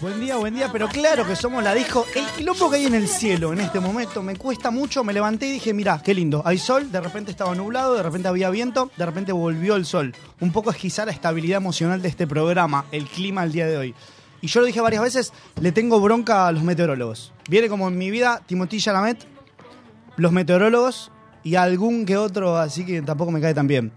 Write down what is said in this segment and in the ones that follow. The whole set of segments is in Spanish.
Buen día, buen día, pero claro que somos la disco. El quilombo que hay en el cielo en este momento me cuesta mucho. Me levanté y dije, mirá, qué lindo. Hay sol, de repente estaba nublado, de repente había viento, de repente volvió el sol. Un poco es quizá la estabilidad emocional de este programa, el clima al día de hoy. Y yo lo dije varias veces, le tengo bronca a los meteorólogos. Viene como en mi vida Timothy Chalamet, los meteorólogos y algún que otro, así que tampoco me cae tan bien.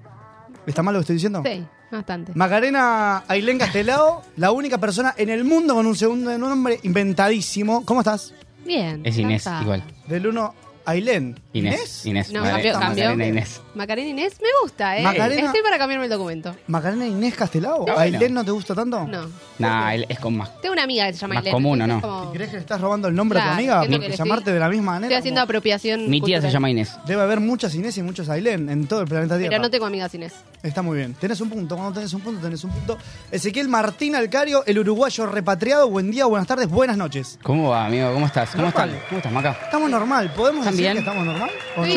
¿Está mal lo que estoy diciendo? Sí, bastante. Macarena Ailén Castelao, la única persona en el mundo con un segundo nombre inventadísimo. ¿Cómo estás? Bien. Es ya Inés, está. igual. Del 1, Ailén. Inés. Inés. No, cambió, Vale, cambió. Macarena e Inés. Macarena Inés me gusta, ¿eh? Macarena- Estoy para cambiarme el documento. ¿Macarena Inés Castelao? bueno. ¿Ailén no te gusta tanto? No. Nah, él es con más. Tengo una amiga que se llama Más Elena. común, ¿o entonces no? es como- ¿Crees que le estás robando el nombre a tu Claro, amiga es lo que por le llamarte estoy- de la misma manera? Estoy haciendo Como- apropiación. Mi tía se cultural. llama Inés. Debe haber muchas Inés y muchos Ailén en todo el planeta Tierra. Pero no tengo amigas Inés. Está muy bien. Tenés un punto. Cuando tenés un punto, tenés un punto. Ezequiel Martín Alcario, el uruguayo repatriado. Buen día, buenas tardes, buenas noches. ¿Cómo va, amigo? ¿Cómo estás? ¿Cómo Normal. estás? ¿Cómo estás, Maca? ¿Estamos normal? ¿Podemos decir ¿Están que bien? estamos normal? ¿O no?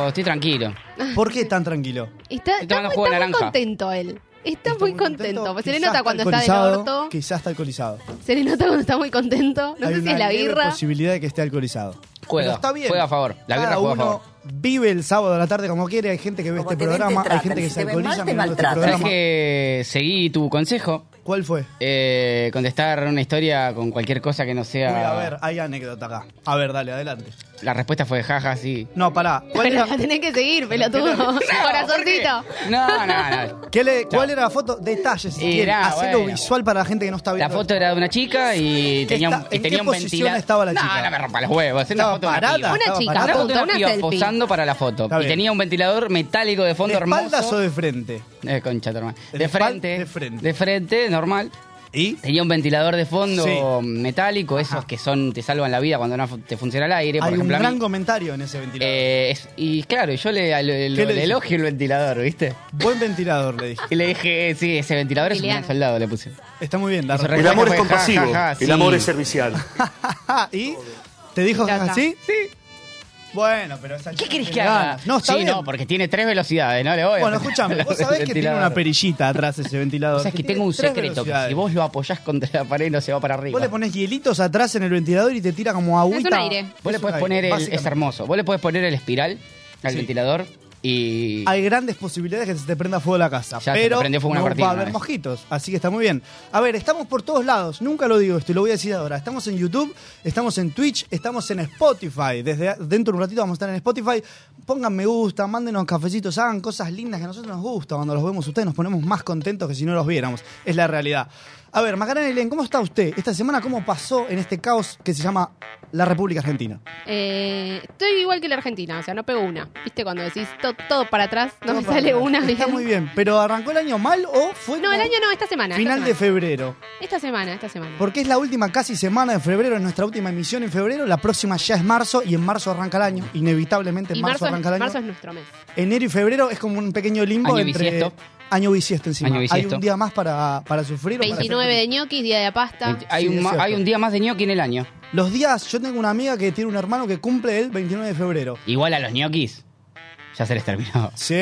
Yo estoy tranquilo. ¿Por qué tan tranquilo? Está, Estoy está tomando muy- jugo de está muy naranja. contento él. Está, muy contento. Pues se le Quizás nota cuando está del alcoholizado, orto. Quizás está alcoholizado. Se le nota cuando está muy contento. No Hay sé si una es la leve birra. posibilidad de que esté alcoholizado. Juega, Pero está bien. juega a favor. La birra Cada juega a uno favor. vive el sábado a la tarde como quiere. Hay gente que ve Como este te ven, te programa. Hay tratan. gente que Si se te ven alcoholiza mal, te mirando este maltratan. ¿Sabes programa. que seguí tu consejo? ¿Cuál fue? Eh, contestar una historia con cualquier cosa que no Uy, sea. a ver, hay anécdota acá. A ver, dale, adelante. La respuesta fue jaja, sí. No, pará. ¿Cuál Pero era, la tenés que seguir, pelotudo. Corazoncito. No, no, no. qué le- ¿Cuál era la foto? Detalles, si quieren. Mirá, Hacelo bueno. visual para la gente que no está La viendo. foto era de una chica y tenía un, está- y en tenía qué un posición ventilador. estaba la No, chica? no me rompa los huevos. Era una Estaba foto de una parada, piba. Una estaba chica, parada. Una foto de Una una piba selfie. posando para la foto. Está Y bien. tenía un ventilador metálico de ¿De fondo espaldas hermoso. o de frente? Eh, concha, tu hermana. De De espal- frente. de frente. De frente, normal. ¿Y? Tenía un ventilador de fondo metálico, esos que son te salvan la vida cuando no fu- te funciona el aire, por Hay un ejemplo. a mí. gran comentario en ese ventilador. Eh, es- y claro, yo le, al- el- ¿Qué le le dijiste? elogio el ventilador, ¿viste? Buen ventilador, le dije. Y le dije, eh, sí, ese ventilador es un gran Emiliano. soldado, le puse. Está muy bien, la Eso re- El amor es Fue, ja, compasivo, ja, ja, el sí. amor es servicial. Ah, ¿Y? ¿Te dijo que Ya está. así? Sí. Bueno, pero esa ¿Qué querés tiene que haga? ganas. No, está sí, bien. no, porque tiene tres velocidades, no le voy. a- Bueno, escúchame, vos sabés que tiene una Ventilador. perillita atrás ese ventilador. O sea, es que tiene tengo un tres secreto, que velocidades. si vos lo apoyás contra la pared no se va para arriba. Vos le ponés hielitos atrás en el ventilador y te tira como agüita. un aire. Vos le Es podés un poner aire, el. Es básicamente. hermoso. Vos le podés poner el espiral al Sí. ventilador y. Hay grandes posibilidades que se te prenda fuego la casa, Ya se te pero prendió fuego una no cortina va a una haber vez. mosquitos, así que está muy bien. A ver, estamos por todos lados, nunca lo digo esto, y lo voy a decir ahora. Estamos en YouTube, estamos en Twitch, estamos en Spotify. Desde a- dentro de un ratito vamos a estar en Spotify. Pongan me gusta, mándenos cafecitos, hagan cosas lindas que a nosotros nos gusta. Cuando los vemos ustedes nos ponemos más contentos que si no los viéramos. Es la realidad. A ver, Macarena Elén, ¿cómo está usted? Esta semana, ¿cómo pasó en este caos que se llama la República Argentina? Eh, estoy igual que la Argentina, o sea, no pego una. ¿Viste cuando decís to- todo para atrás? No Todo me para sale atrás. una Está bien. muy bien, pero ¿arrancó el año mal o fue No, el como año no, esta semana. final de esta semana. febrero? Esta semana, esta semana. Porque es la última casi semana de febrero, es nuestra última emisión en febrero, la próxima ya es marzo y en marzo arranca el año, inevitablemente en y marzo, marzo, arranca el es, año. marzo es nuestro mes. Enero y febrero es como un pequeño limbo Año entre bisiesto. año bisiesto encima. Año Hay bisiesto. un día más para, para sufrir. o para ser 29 de ñoquis, día de la pasta. Hay, Sí, un, es ma- cierto. hay un día más de ñoqui en el año. feliz. Los días, yo tengo una amiga que tiene un hermano que cumple el 29 de febrero. Igual a los ñoquis. Ya se les terminó. Sí,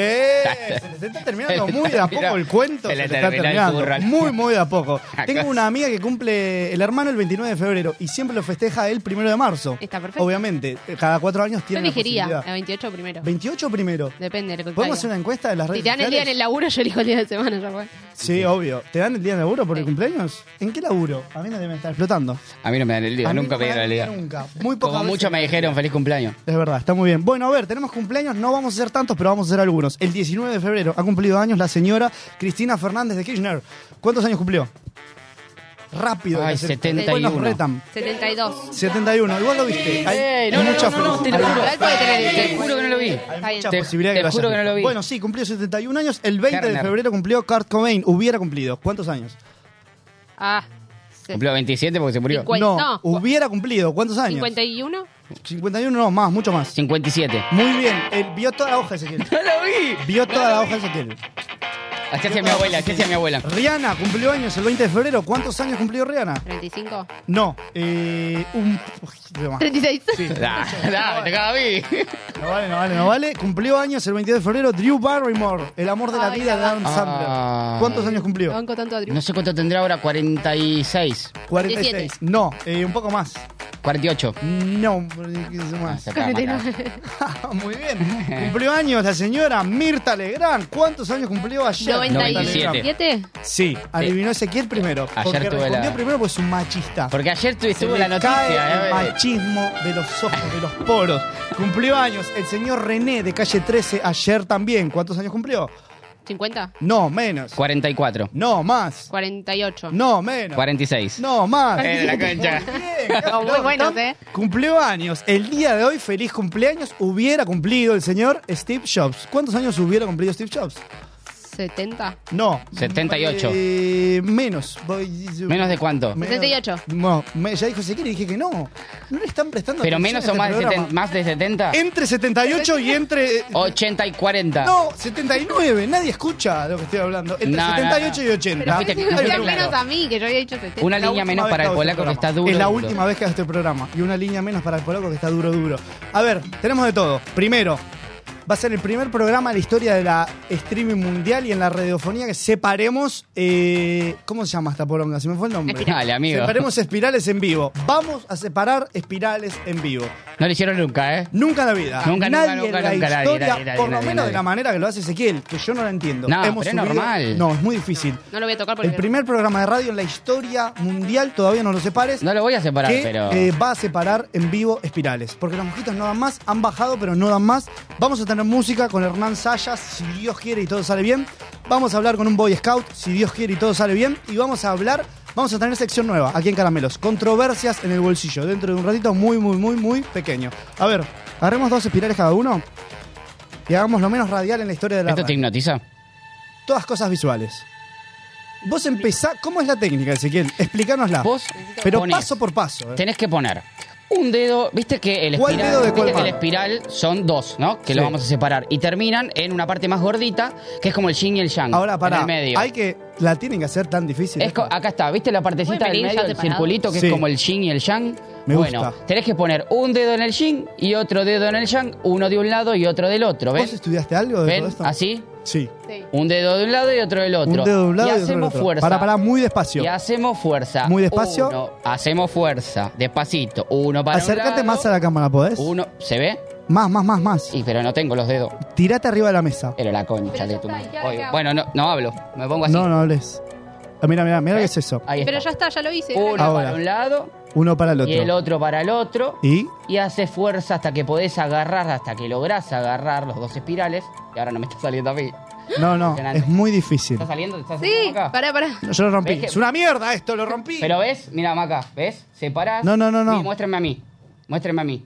se les está terminando muy de a poco el cuento. Se le está terminó el terminando. curro. Muy, muy de a poco. Acá Tengo una amiga que cumple el hermano el 29 de febrero y siempre lo festeja el primero de marzo. Está perfecto. Obviamente, cada cuatro años Yo tiene la elegiría posibilidad. la 28 primero. 28 primero. Depende de lo que ¿Podemos caiga. hacer una encuesta de las redes Si te dan el día en el sociales? laburo, yo elijo el día de semana, ya fue. Sí, obvio. ¿Te dan el día de laburo por el Sí. cumpleaños? ¿En qué laburo? A mí no deben estar explotando. A mí no me dan el A día, mí nunca no me dan dieron el el día día. nunca. Muy pocas Como mucho veces me me dan el dijeron feliz cumpleaños. Es verdad, está muy bien. Bueno, a ver, tenemos cumpleaños, no vamos a hacer tantos, pero vamos a hacer algunos. El 19 de febrero ha cumplido años la señora Cristina Fernández de Kirchner. ¿Cuántos años cumplió? Rápido. Ay, hay que hacer- 71. Después nos retan. 72. 71, igual lo viste. Hay Ey, no, no, muchas no, no, no, te lo hay juro. Igual puede tener el- Te juro que no lo vi. Está bien. mucha Te- posibilidad de te lo hayas juro que no visto. lo vi. Bueno, sí, cumplió 71 años. El 20 de Kerner. febrero cumplió Kurt Cobain. Hubiera cumplido. ¿Cuántos años? Ah, sí. Cumplió 27 porque se murió. Cincuenta. no, Pues, no. hubiera cumplido. ¿Cuántos años? 51. 51 no, más, mucho más. 57. Muy bien. Él vio toda la hoja, Ezequiel. ¡No lo vi! Vio toda la hoja, Ezequiel. Así hacía mi abuela, así hacía mi abuela. Rihanna cumplió años el 20 de febrero. ¿Cuántos años cumplió Rihanna? ¿35? No, eh, un... Uy, más. ¿36? Sí. Da, da, me tocaba a mí. No vale, no vale, no vale. Cumplió años el 22 de febrero Drew Barrymore, el amor de la Ay, vida de la Adam Sandler. Ah. ¿Cuántos años cumplió? Banco tanto a Drew. No sé cuánto tendrá ahora, 46, 46. 17. No, eh, un poco más. 48. No, ¿qué es Ah, más? se acaba de matar. Muy bien. Cumplió años la señora Mirta Legrand. ¿Cuántos años cumplió ayer? Mirta Legrand? 97. ¿97? Sí, adivinó ese quién primero. Ayer porque tuve la- respondió primero porque es un machista. Porque ayer tu- Se estuvo le la cae noticia. el ¿eh? machismo de los ojos, de los poros. cumplió años el señor René de calle 13 ayer también. ¿Cuántos años cumplió? ¿50? No, menos. 44, No, más. 48. No, menos. 46. No, más. Eh, la concha. Muy bien, No, muy Tom buenos, Tom eh. Cumplió años. El día de hoy, feliz cumpleaños, hubiera cumplido el señor Steve Jobs. ¿Cuántos años hubiera cumplido Steve Jobs? ¿70? No. 78. Eh, menos. Voy- ¿Menos de cuánto? Me- 78. No, me- ya dijo Ezequiel y dije que no. No le están prestando ¿Pero atención menos a o este más de, programa. 70, más de 70? Entre 78 y entre... Oh. eh, 80 y 40. No, 79. Nadie escucha lo que estoy hablando. Entre No, no, 78 y no. 80. Pero fuiste- Hay fuiste que Decían claro. menos a mí, que yo había dicho 70. Una la línea última menos vez para que el hago este polaco que programa. está duro. Es la duro. última vez que hago este programa. Y una línea menos para el polaco que está duro, duro. A ver, tenemos de todo. Primero, va a ser el primer programa de la historia de la streaming mundial y en la radiofonía que separemos. eh, ¿Cómo se llama esta poronga? Se me fue el nombre. Dale, amigo. Separemos espirales en vivo. Vamos a separar espirales en vivo. No lo hicieron nunca, ¿eh? Nunca en la vida. Nunca, nunca, nadie nunca, en la nunca, nadie, historia, nadie, nadie, por lo nadie, menos de nadie. la manera que lo hace Ezequiel, que yo no la entiendo. No, pero es normal. No, es muy difícil. No lo voy a tocar porque... El primer programa de radio en la historia mundial, todavía no lo separes, No lo voy a separar, que pero. eh, va a separar en vivo espirales. Porque las mosquitas no dan más, han bajado, pero no dan más. Vamos a tener música con Hernán Sayas, si Dios quiere y todo sale bien. Vamos a hablar con un Boy Scout, si Dios quiere y todo sale bien. Y vamos a hablar, vamos a tener sección nueva aquí en Caramelos. Controversias en el bolsillo, dentro de un ratito muy, muy, muy, muy pequeño. A ver, agarremos dos espirales cada uno y hagamos lo menos radial en la historia de la ¿Esto radio te hipnotiza? todas cosas visuales. Vos empezá, ¿cómo es la técnica, Ezequiel? Explícanosla. Vos Ah. Pero ponés- paso por paso. ¿eh? Tenés que poner un dedo, viste que el ¿Cuál espiral, dedo de viste cuál que el mano? espiral son dos, ¿no? Que lo Sí. vamos a separar y terminan en una parte más gordita, que es como el yin y el yang. Ahora, para pará. En el medio. Hay que, la tienen que hacer tan difícil. Es co- acá está, ¿viste la partecita Pueden del venir medio ya del separados. circulito que Sí. es como el yin y el yang? Me bueno, gusta. tenés que poner un dedo en el yin y otro dedo en el yang, uno de un lado y otro del otro, ¿Vos ¿ves? estudiaste algo de ¿Ven? todo esto? Así, Sí. Sí. un dedo de un lado y otro del otro. Un dedo de un lado y, y otro del hacemos otro. fuerza. Pará, pará, muy despacio. Y hacemos fuerza. Muy despacio. Uno, hacemos fuerza. Despacito. Uno para un Acércate lado, más a la cámara, ¿podés? Uno. ¿Se ve? Más, más, más, más. Sí, pero no tengo los dedos. Tirate arriba de la mesa. Era la concha Pero ya de tu está, madre. ya Oye, acabo. Bueno, no, no hablo. Me pongo Eh, así. No, no hables. Ah, mira, mira, mira ¿Eh? qué es eso. Ahí Pero ya está. está, ya lo hice. Uno gracias. Ahora. para un lado Uno para el otro. y el otro para el otro. ¿Y? Y haces fuerza hasta que podés agarrar, hasta que lográs agarrar los dos espirales. Y ahora no me está saliendo a mí. No, no, Impresionante. es muy difícil. ¿Está saliendo? ¿Te está saliendo Sí, acá? pará, pará. Yo lo rompí. ¿Ves que- Es una mierda esto, lo rompí. Pero ves, mira Maca, ¿ves? Separás. No, no, no, no. Y muéstrame a mí. Muéstrame a mí.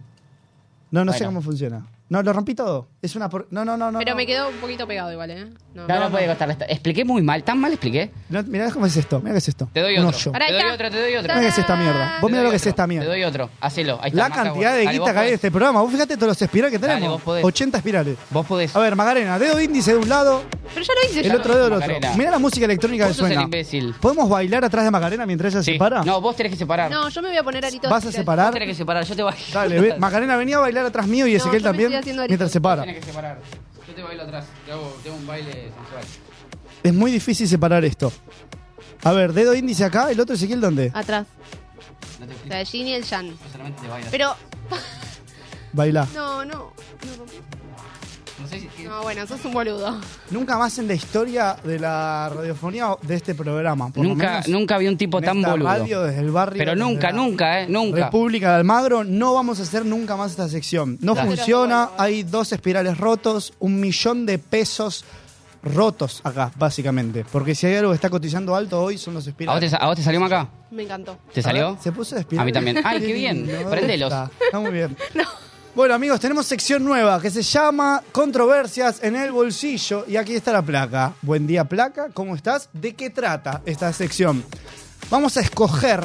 no, no sé Bueno. cómo funciona. No, lo rompí todo. Es una por... No, no, no, no. Pero no. me quedó un poquito pegado igual, ¿eh? No. No, no, puede costar. Está- Expliqué muy mal, tan mal expliqué. No, mirá cómo es esto, mirá qué es esto. Te doy Un otro. hoyo. Pará, ahí Te doy está. otro, te doy otro. Mirá qué es esta mierda. Vos mirá lo que es está esta Te mierda. doy otro, hacelo. Ahí está, La Maca, cantidad de dale, vos guita que hay podés. de este programa. Vos fíjate todos los espirales que Dale, tenemos. vos podés. 80 espirales. Vos podés. A ver, Magarena, dedo índice de un lado, Pero ya lo hice. el ya. otro dedo del otro. Macarena. Mirá la música electrónica que Vos sos el suena. imbécil. ¿Podemos bailar atrás de Macarena mientras ella Sí. se para? No, vos tenés que separar. No, yo me voy a poner aritos. ¿Vas a Vos separar? tenés que separar, yo te voy a... Dale, ve. Macarena venía a bailar atrás mío y No, Ezequiel yo me también estoy haciendo aritos. mientras se para. Tienes que separar. Yo te bailo atrás, te hago, te hago un baile sensual. Es muy difícil separar esto. A ver, dedo índice acá, el otro Ezequiel ¿dónde? Atrás. No te La explico, de Ginny y el Jan. yo solamente te bailo. Pero, Baila. no, no. no, No sé si... ¿qué? No, bueno, sos un boludo. Nunca más en la historia de la radiofonía o de este programa. por lo Nunca, menos nunca vi un tipo en tan esta boludo. radio, desde el barrio. Pero desde nunca, la- nunca, eh, nunca. República de Almagro, no vamos a hacer nunca más esta sección. No Claro. funciona, hay dos espirales rotos, un millón de pesos rotos acá, básicamente. Porque si hay algo que está cotizando alto hoy son los ¿A vos, te, espirales. sa- ¿A vos te salió Maca? Me encantó. ¿Te A salió? ver, Se puso de espiral. A mí también. Ay, qué bien. lindo, Préndelos. Está, está muy bien. Bueno, amigos, tenemos sección nueva que se llama Controversias en el bolsillo. Y aquí está la placa. Buen día, placa. ¿Cómo estás? ¿De qué trata esta sección? Vamos a escoger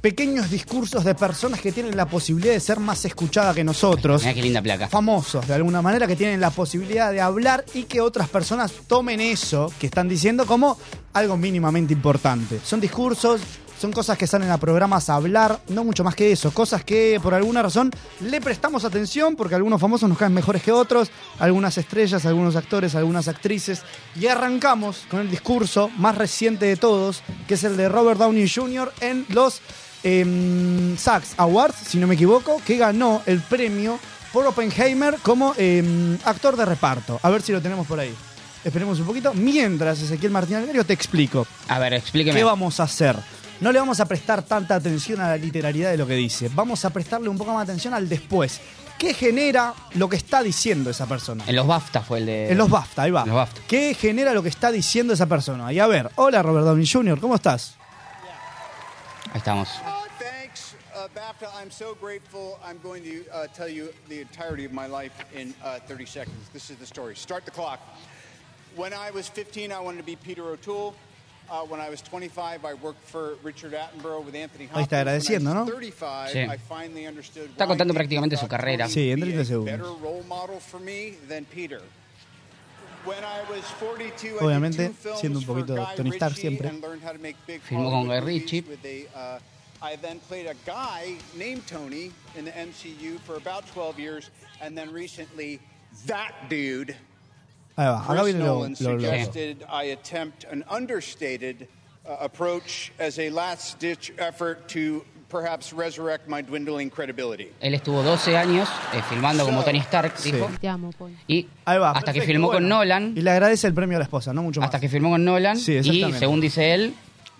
pequeños discursos de personas que tienen la posibilidad de ser más escuchada que nosotros. Mirá qué linda placa. famosos de alguna manera que tienen la posibilidad de hablar y que otras personas tomen eso que están diciendo como algo mínimamente importante. Son discursos, son cosas que salen a programas a hablar, no mucho más que eso, cosas que por alguna razón le prestamos atención porque algunos famosos nos caen mejores que otros, algunas estrellas, algunos actores, algunas actrices y arrancamos con el discurso más reciente de todos, que es el de Robert Downey Jr. en los em, SAGs Awards, si no me equivoco, que ganó el premio por Oppenheimer como em, actor de reparto. A ver si lo tenemos por ahí. Esperemos un poquito. Mientras, Ezequiel Martín Algario, te explico. A ver, explíqueme. ¿Qué vamos a hacer? No le vamos a prestar tanta atención a la literalidad de lo que dice. Vamos a prestarle un poco más atención al después. ¿Qué genera lo que está diciendo esa persona? En los BAFTA fue el de. En los BAFTA, ahí va. en los BAFTA. ¿Qué genera lo que está diciendo esa persona? Y a ver, hola Robert Downey Jr., ¿cómo estás? Ahí estamos. Thanks, uh, BAFTA. I'm so grateful. I'm going to uh, tell you the entirety of my life in uh, 30 seconds. This is the story. Start the clock. When I was 15, I wanted to be Peter O'Toole. Uh, when I was 25, I worked for Richard Attenborough with Anthony Ahí Hopkins. está agradeciendo, When I ¿no? was 35, Sí. I finally understood Está why contando Anthony prácticamente su Hopkins carrera. would Sí, en be 30 a segundos. better role model for me than Peter. When I was 42, I did Obviamente, two films siendo un for poquito Guy Tony Stark Ritchie siempre. and learned how to make big Filmó con Guy Hollywood movies Ritchie. with a, uh, I then played a guy named Tony in the MCU for about 12 years, and then recently, that dude, Ahí va, acá Chris viene lo, Nolan, lo- lo- suggested I attempt an understated uh, approach as a last-ditch effort to perhaps resurrect my dwindling credibility. Él estuvo 12 años eh, filmando como Tony Stark, Sí. dijo. Te amo, Paul. Y Ahí va, hasta que perfecto, filmó con bueno. Nolan. Y le agradece el premio a la esposa, no mucho más. Hasta que firmó con Nolan. Sí, y exactamente. según dice él,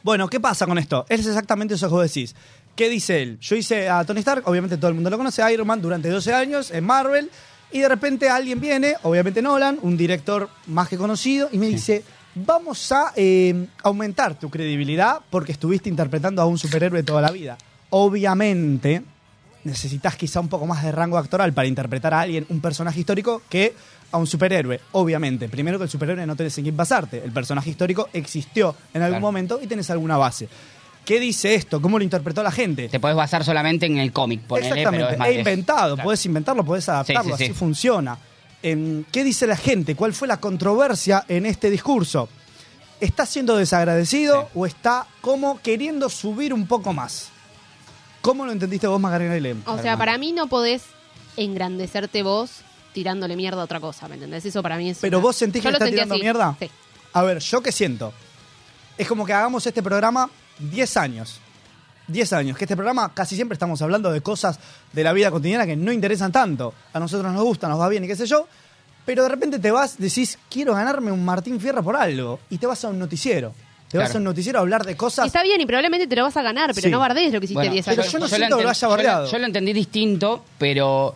Bueno, ¿qué pasa con esto? Es exactamente eso que vos decís. ¿Qué dice él? Yo hice a Tony Stark, obviamente todo el mundo lo conoce, Iron Man durante 12 años en Marvel, y de repente alguien viene, obviamente Nolan, un director más que conocido, y me dice, vamos a eh, aumentar tu credibilidad porque estuviste interpretando a un superhéroe toda la vida. Obviamente necesitas quizá un poco más de rango actoral para interpretar a alguien, un personaje histórico, que a un superhéroe, obviamente. Primero que el superhéroe no tenés en quién basarte. El personaje histórico existió en algún Claro. momento y tenés alguna base. ¿Qué dice esto? ¿Cómo lo interpretó la gente? te podés basar solamente en el cómic, ponele, pero Exactamente, e es más he de- inventado, Claro. podés inventarlo, podés adaptarlo, sí, sí. así funciona. Em, ¿Qué dice la gente? ¿Cuál fue la controversia en este discurso? ¿Está siendo desagradecido Sí. o está como queriendo subir un poco más? ¿Cómo lo entendiste vos, Macarena Lem? O sea, para mí no podés engrandecerte vos tirándole mierda a otra cosa, ¿me entendés? Eso para mí es. Pero una- vos sentís Yo que lo está sentí tirando así. mierda. Sí. A ver, ¿yo qué siento? Es como que hagamos este programa 10 años. 10 años. Que este programa casi siempre estamos hablando de cosas de la vida cotidiana que no interesan tanto. A nosotros nos gusta, nos va bien y qué sé yo. Pero de repente te vas, decís, quiero ganarme un Martín Fierra por algo. Y te vas a un noticiero. Te vas a Claro. un noticiero a hablar de cosas. Está bien, y probablemente te lo vas a ganar, pero Sí. no bardees lo que hiciste Bueno, 10 pero años. yo no la siento que lo enten- haya yo bardeado. Yo, lo entendí distinto, pero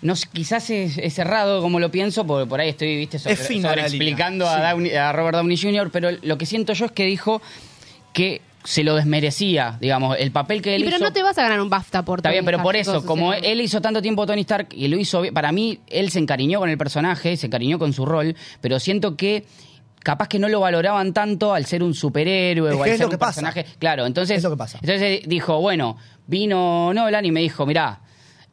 no sé, quizás es, es errado como lo pienso, porque por ahí estoy, viste, sobre, Es fina la explicando línea, a, sí. Downey- a Robert Downey Jr., pero lo que siento yo es que dijo que se lo desmerecía, digamos, el papel que él Y pero hizo. no te vas a ganar un BAFTA por Está Tony bien, pero Stark, por eso, chicos, o como sea, él hizo tanto tiempo Tony Stark y lo hizo bien, para mí él se encariñó con el personaje, se encariñó con su rol, pero siento que capaz que no lo valoraban tanto al ser un superhéroe Es o que al es ser lo que un pasa. personaje. Claro, entonces. Es lo que pasa. Entonces dijo, bueno, vino Nolan y me dijo, mirá.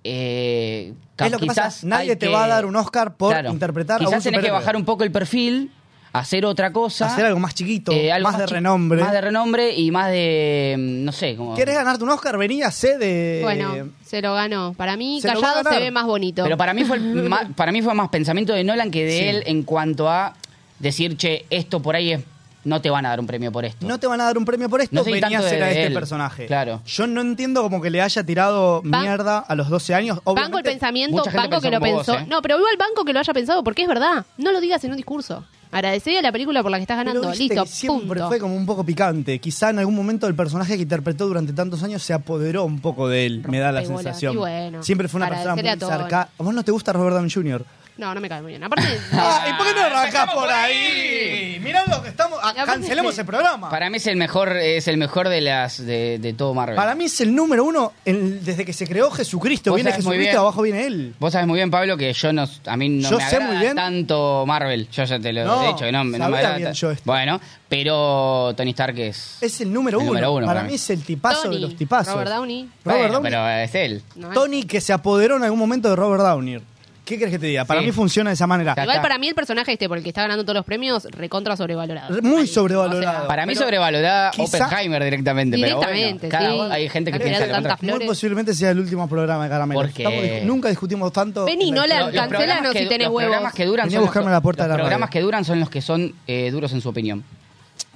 Eh, ca- Es lo que pasa, quizás nadie hay te que- va a dar un Oscar por interpretar a Quizás un tenés que superhéroe. bajar un poco el perfil, hacer otra cosa. eh, Hacer algo más chiquito, algo más de chi- renombre. Más de renombre y más de. mm, No sé, como. ¿Quieres ganarte un Oscar? Vení, hacé de... Bueno, se lo ganó. Para mí, eh, se lo va a callado se ganar. ve más bonito. Pero para mí fue el ma- para mí fue más pensamiento de Nolan que de Sí. él en cuanto a decir, che, esto por ahí es, no te van a dar un premio por esto. No te van a dar un premio por esto, No sé si vení a tanto hacer a de este él. personaje. Claro. Yo no entiendo como que le haya tirado Ban- mierda a los 12 años. banco el Obviamente, pensamiento, mucha gente banco que lo pensó como pensó. vos, ¿eh? No, pero igual banco que lo haya pensado porque es verdad. No lo digas en un discurso. Agradecé a la película por la que estás pero ganando. viste Listo, que siempre punto. fue como un poco picante. Quizá en algún momento el personaje que interpretó durante tantos años se apoderó un poco de él, me da la Rompebolas. sensación. Y bueno, siempre fue una persona muy agradecerle a todos. sarcástica. ¿A vos no te gusta Robert Downey Jr.? No, no me cae muy bien. Aparte, Ah, ¿Y por qué no arrancás Empezamos por por ahí? Mirá lo que estamos. ah, Y aparte- cancelemos el programa. Para, Para mí es el mejor, es el mejor de las de, de todo Marvel. mí es el número uno en- desde que se creó Jesucristo. Vos Viene sabés muy Jesucristo, bien. abajo viene él. Vos sabés muy bien, Pablo, que yo no, a mí no Yo me sé agrada muy bien. tanto Marvel. Yo ya te lo No, he dicho, que no, no me sabía agrada. bien tan- yo esto. Bueno, pero Tony Stark es. Es el número El uno. número uno para para mí mí. es el tipazo de Tony, los tipazos. Robert Downey. Robert Bueno, Downey. Pero es él. no es- Tony que se apoderó en algún momento de Robert Downey. ¿Qué crees que te diga? Para Sí. mí funciona de esa manera. Ya Igual está. para mí el personaje este, por el que está ganando todos los premios, recontra sobrevalorado. Re- muy Ahí, sobrevalorado. o sea, Para mí pero- sobrevalorada quizá- Oppenheimer directamente. Directamente, pero bueno, cada sí. uno- hay gente que Está tirando piensa lo contrario. tantas Muy flores. posiblemente sea el último programa de Caramelo. ¿Por qué? Estamos discu- nunca discutimos tanto. Vení, en la no la- historia. Los Cancelanos programas si que- tenés los huevos. programas que duran Vení a son los- buscarme la puerta de los la radio. programas que duran son los que son eh, duros en su opinión.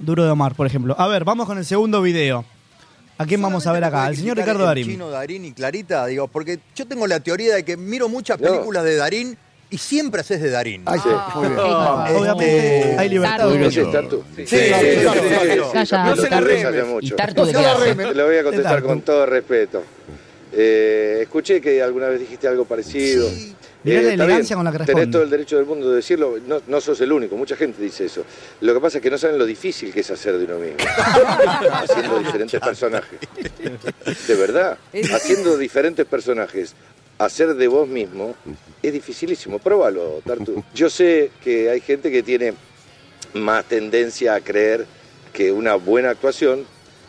Duro de Omar, por ejemplo. A ver, vamos con el segundo video. ¿A quién vamos a ver acá? Al Solamente señor puede Ricardo criticar el Darín. Chino Darín y Clarita, digo, porque yo tengo la teoría de que miro muchas películas de Darín y siempre haces de Darín. Ah, sí, muy bien. Este, Obviamente hay libertad. Tardo. Muy bien, sí, está tú. Sí, sí, exacto, sí, exacto. sí. Calla. No se le Tardo se reme. hace mucho. Y Tartu de No se la clase. reme. Te lo voy a contestar Tartu. con todo respeto. Eh, escuché que alguna vez dijiste algo parecido. Sí. Mirá la Eh, está elegancia con la que responde. Tenés todo el derecho del mundo de decirlo. No, no sos el único. Mucha gente dice eso. Lo que pasa es que no saben lo difícil que es hacer de uno mismo. haciendo diferentes personajes. De verdad. Haciendo diferentes personajes. Hacer de vos mismo es dificilísimo. Próbalo, Tartu. Yo sé que hay gente que tiene más tendencia a creer que una buena actuación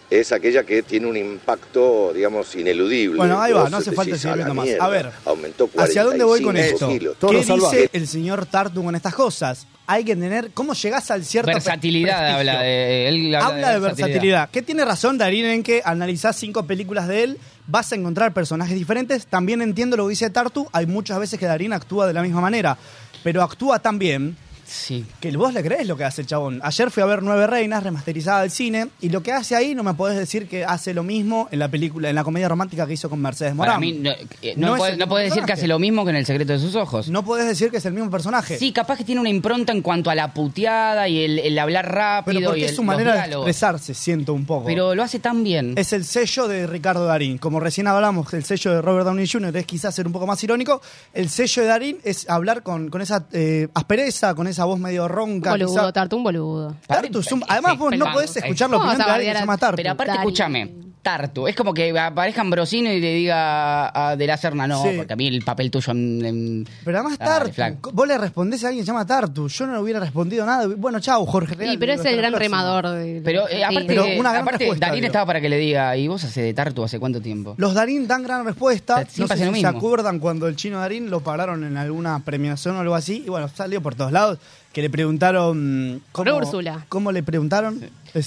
es aquella que tiene un impacto, digamos, ineludible. Bueno, ahí va, Vos no hace decís, falta seguir "A la viendo más". mierda, A ver, aumentó ¿Hacia dónde voy con 45 esto? kilos". Todo ¿Qué lo salva. dice el señor Tartu con estas cosas? Hay que entender cómo llegás al cierto. pre- Versatilidad prestigio. habla de él. Habla, de versatilidad. Que tiene razón Darín en que analizás cinco películas de él, vas a encontrar personajes diferentes. También entiendo lo que dice Tartu, hay muchas veces que Darín actúa de la misma manera, pero actúa tan bien Sí. que vos le crees lo que hace el chabón. Ayer fui a ver Nueve Reinas, remasterizada al cine, y lo que hace ahí no me podés decir que hace lo mismo en la película, en la comedia romántica que hizo con Mercedes Morán. Para mí, no, eh, no No es podés, el no podés decir que personaje. hace lo mismo que en El secreto de sus ojos. No podés decir que es el mismo personaje. Sí, capaz que tiene una impronta en cuanto a la puteada y el, el hablar rápido pero porque y el, es su los manera de diálogos. expresarse, siento un poco. Pero lo hace tan bien. es el sello de Ricardo Darín. Como recién hablamos, el sello de Robert Downey Jr. es quizás ser un poco más irónico. El sello de Darín es hablar con, con esa eh, aspereza, con esa voz medio ronca. Un boludo, quizá. Tartu, un boludo. Tartu es un- además Sí, vos no pelado. podés escuchar la Vamos opinión de a alguien que se llama bardear a- Tartu. Pero aparte, Dale. escúchame, Tartu. Es como que aparezca Ambrosino y le diga a De la Serna, no, Sí. porque a mí el papel tuyo en. en- Pero además Dale, Tartu, flaco. co- vos le respondés a alguien que se llama Tartu. Yo no le hubiera respondido nada. Bueno, chao, Jorge. Real, Sí, pero digo, es hasta el la gran próxima. remador. de- Pero eh, sí. aparte, Pero una gran aparte respuesta, Darín digo. estaba para que le diga, ¿y vos hace de Tartu hace cuánto tiempo? Los Darín dan gran respuesta. Siempre no sé hacen lo si se mismo. acuerdan cuando el chino Darín lo pararon en alguna premiación o algo así. Y bueno, salió por todos lados. Que le preguntaron. ¿Cómo, Úrsula. ¿Cómo le preguntaron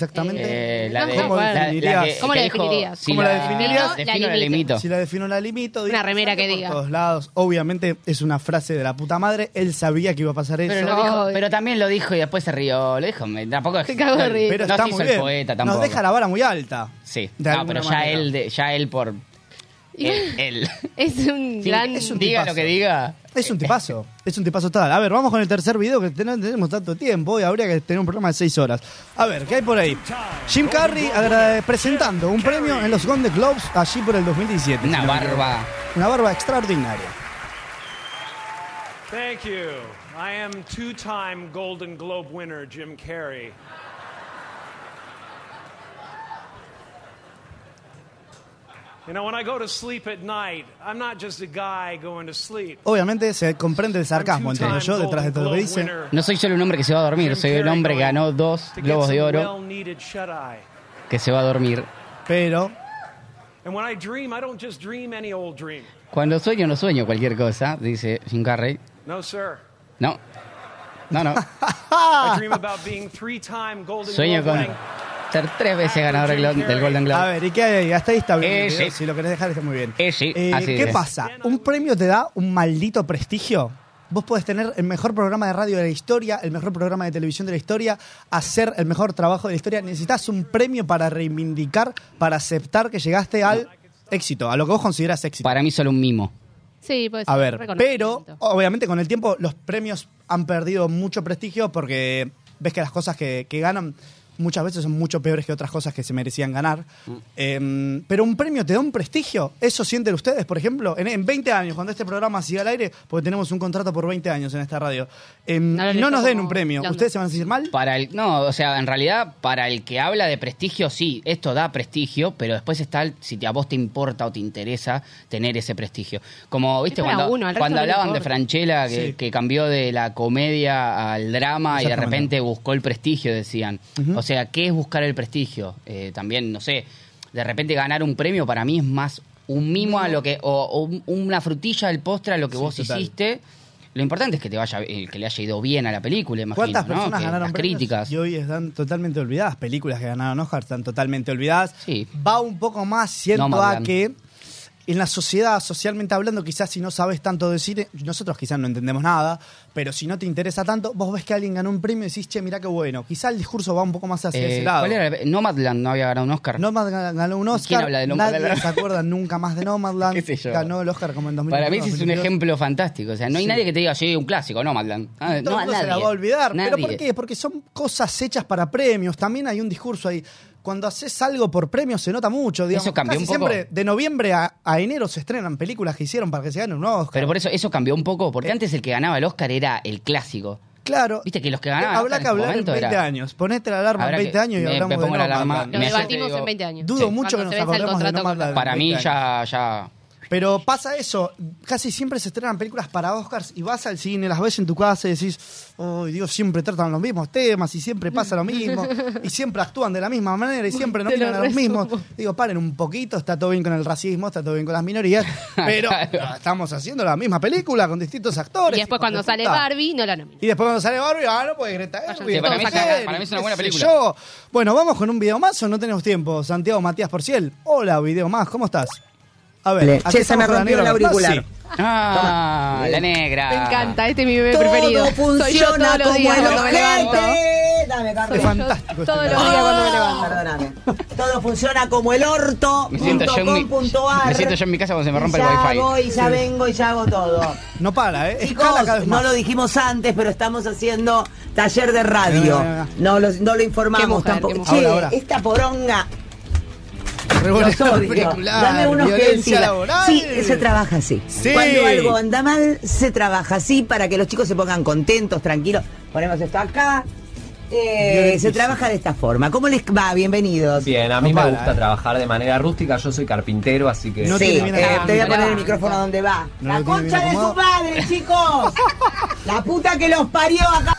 exactamente? Eh, la de- ¿Cómo la- la definirías? que- ¿Cómo la que dijo, definirías? si ¿Cómo la definirías? La defino, la limito. limito. Si la defino la limito. digo, remera salió que por diga. todos lados. Obviamente es una frase de la puta madre. Él sabía que iba a pasar eso. Pero, lo No. dijo- pero también lo dijo y después se rió. Lo dijo, me- tampoco Te cago de risa. Pero no está se hizo muy el bien. poeta Nos tampoco. deja la vara muy alta. Sí, De no, alguna pero ya manera. él, de- ya él por. Él. él. Es un Sí, gran. es un diga tipazo. lo que diga. Es un tipazo, es un tipazo total. A ver, vamos con el tercer video que ten- tenemos tanto tiempo y habría que tener un programa de seis horas. A ver, ¿qué hay por ahí? Jim Carrey agra- presentando un premio en los Golden Globes allí por el 2017. Una si no me equivoco. barba. Una barba extraordinaria. Thank you. I am two time Golden Globe winner Jim Carrey. You know, when I go to sleep at night, I'm not just a guy going to sleep. Obviamente se comprende el sarcasmo, entiendo yo, detrás de todo lo que dice. No soy solo un hombre que se va a dormir, soy el hombre que ganó dos globos de oro Well-needed shut-eye. que se va a dormir. Pero And when I dream, I don't just dream any old dream. Cuando sueño, no sueño cualquier cosa, dice Jim Carrey. No, sir. No. No, no. Ah. I dream about being three-time Golden Sueño Globe con winning. ser tres veces ganador del Glo- del Golden A Globe. ver, ¿y qué hay? ahí? Hasta ahí está bien. Eh, el video, sí. Si lo querés dejar, está muy bien. Eh, sí, Eh, así ¿Qué es. pasa? ¿Un premio te da un maldito prestigio? Vos podés tener el mejor programa de radio de la historia, el mejor programa de televisión de la historia, hacer el mejor trabajo de la historia. Necesitas un premio para reivindicar, para aceptar que llegaste al éxito, a lo que vos considerás éxito. Para mí solo un mimo. Sí, pues, puede ser. A ver, reconocimiento. pero oh, obviamente con el tiempo los premios han perdido mucho prestigio porque ves que las cosas que, que ganan muchas veces son mucho peores que otras cosas que se merecían ganar. Eh, pero un premio te da un prestigio. Eso sienten ustedes, por ejemplo, en, en 20 años, cuando este programa siga al aire, porque tenemos un contrato por 20 años en esta radio. Eh, Ahora le no nos está den como un premio. hablando. ¿Ustedes se van a sentir mal? Para el, no, o sea, en realidad, para el que habla de prestigio, sí, esto da prestigio, pero después está el- si te- a vos te importa o te interesa tener ese prestigio. Como, viste, para cuando, uno, al resto cuando no le hablaban de importa. Franchella, que, Sí. que cambió de la comedia al drama y de Exactamente. repente buscó el prestigio, decían. O sea, ¿qué es buscar el prestigio? Eh, también, no sé, de repente ganar un premio para mí es más un mimo Mm. a lo que, o, o un- una frutilla del postre a lo que Sí, vos total. hiciste. Lo importante es que te vaya, eh, que le haya ido bien a la película, imagino, ¿Cuántas ¿no? personas Que ganaron las premios críticas. Y hoy están totalmente olvidadas. Películas que ganaron Oscar están totalmente olvidadas. Sí. Va un poco más, siento a Nomadland. que en la sociedad, socialmente hablando, quizás si no sabes tanto de cine, nosotros quizás no entendemos nada, pero si no te interesa tanto, vos ves que alguien ganó un premio y decís, che, mirá qué bueno. Quizás el discurso va un poco más hacia Eh, ese lado. ¿Cuál era? la- Nomadland no había ganado un Oscar. Nomad ganó un Oscar. ¿Quién habla de Nomadland? Nadie se acuerda nunca más de Nomadland. ¿Qué sé yo? Ganó el Oscar como en 2000. Para mí ese es un ejemplo fantástico. O sea, no hay nadie que te diga, sí, un clásico, Nomadland. Ah, Todo el no, a mundo nadie. se la va a olvidar. ¿Pero Nadie. por qué? Porque son cosas hechas para premios. También hay un discurso ahí. Cuando haces algo por premios se nota mucho. Digamos. Eso cambió Casi un poco. siempre de noviembre a, a enero se estrenan películas que hicieron para que se ganen un Oscar. Pero por eso eso cambió un poco, Eh. porque antes el que ganaba el Oscar era el clásico. claro. Viste que los que ganaban Habrá Oscar en que su hablar en momento 20 era- años. Ponete la alarma en Habrá 20 que- años y me- me hablamos de pongo la Nomadland. alarma. Lo Me hace- debatimos digo, en 20 años. Dudo Sí. mucho que Cuando nos se venza el acordemos de contrato con Nomadland. la- Para mí 20 años. ya, ya Pero pasa eso, casi siempre se estrenan películas para Oscars y vas al cine, las ves en tu casa y decís, oh Dios, siempre tratan los mismos temas y siempre pasa lo mismo y siempre actúan de la misma manera y siempre Te nominan lo a los resumo. mismos. Digo, paren un poquito, está todo bien con el racismo, está todo bien con las minorías, pero estamos haciendo la misma película con distintos actores. Y hijos después de cuando sale puta. Barbie, no la nomina. Y después cuando sale Barbie, ah, no, pues Greta Gerwig, Sí, para mí no es sé, una- para mí es una buena qué sé película. yo. Bueno, vamos con un video más o no tenemos tiempo. Santiago Matías Porciel. Hola, video más, ¿cómo estás? A ver, Le- aquí Che, se estamos me con la rompió el negra. auricular. No, sí. Ah, Eh, la negra. Me encanta, este es mi bebé Todo preferido. Soy yo funciona todos los como días el cuando me levanto. ojete. Dame, Soy Carlos. Es fantástico yo este Todos los programa. días cuando me levanto. Perdóname. Todo funciona como el orto. Me siento, yo en mi, punto ar. me siento yo en mi casa cuando se me rompe el ya wifi. voy, ya vengo y ya hago todo. No para, ¿eh? Escala cada Chicos, vez no más. lo dijimos antes, pero estamos haciendo taller de radio. No, no, No lo, no lo Qué informamos mujer, tampoco. qué mujer. Che, Ahora, ahora. esta poronga. Revuelve Los odio. auricular, Dame unos que violencia decían- laboral. Sí, se trabaja así. Sí. Cuando algo anda mal, se trabaja así para que los chicos se pongan contentos, tranquilos. Ponemos esto acá. Eh, Violentísimo. se trabaja de esta forma. ¿Cómo les va? Bienvenidos. Bien, a mí No me para, gusta eh. trabajar de manera rústica, yo soy carpintero, así que... No sí, tiene bien eh, acomodado. te voy a poner el No. micrófono donde va. No la lo tiene bien concha de su acomodado. padre, chicos. la puta que los parió acá.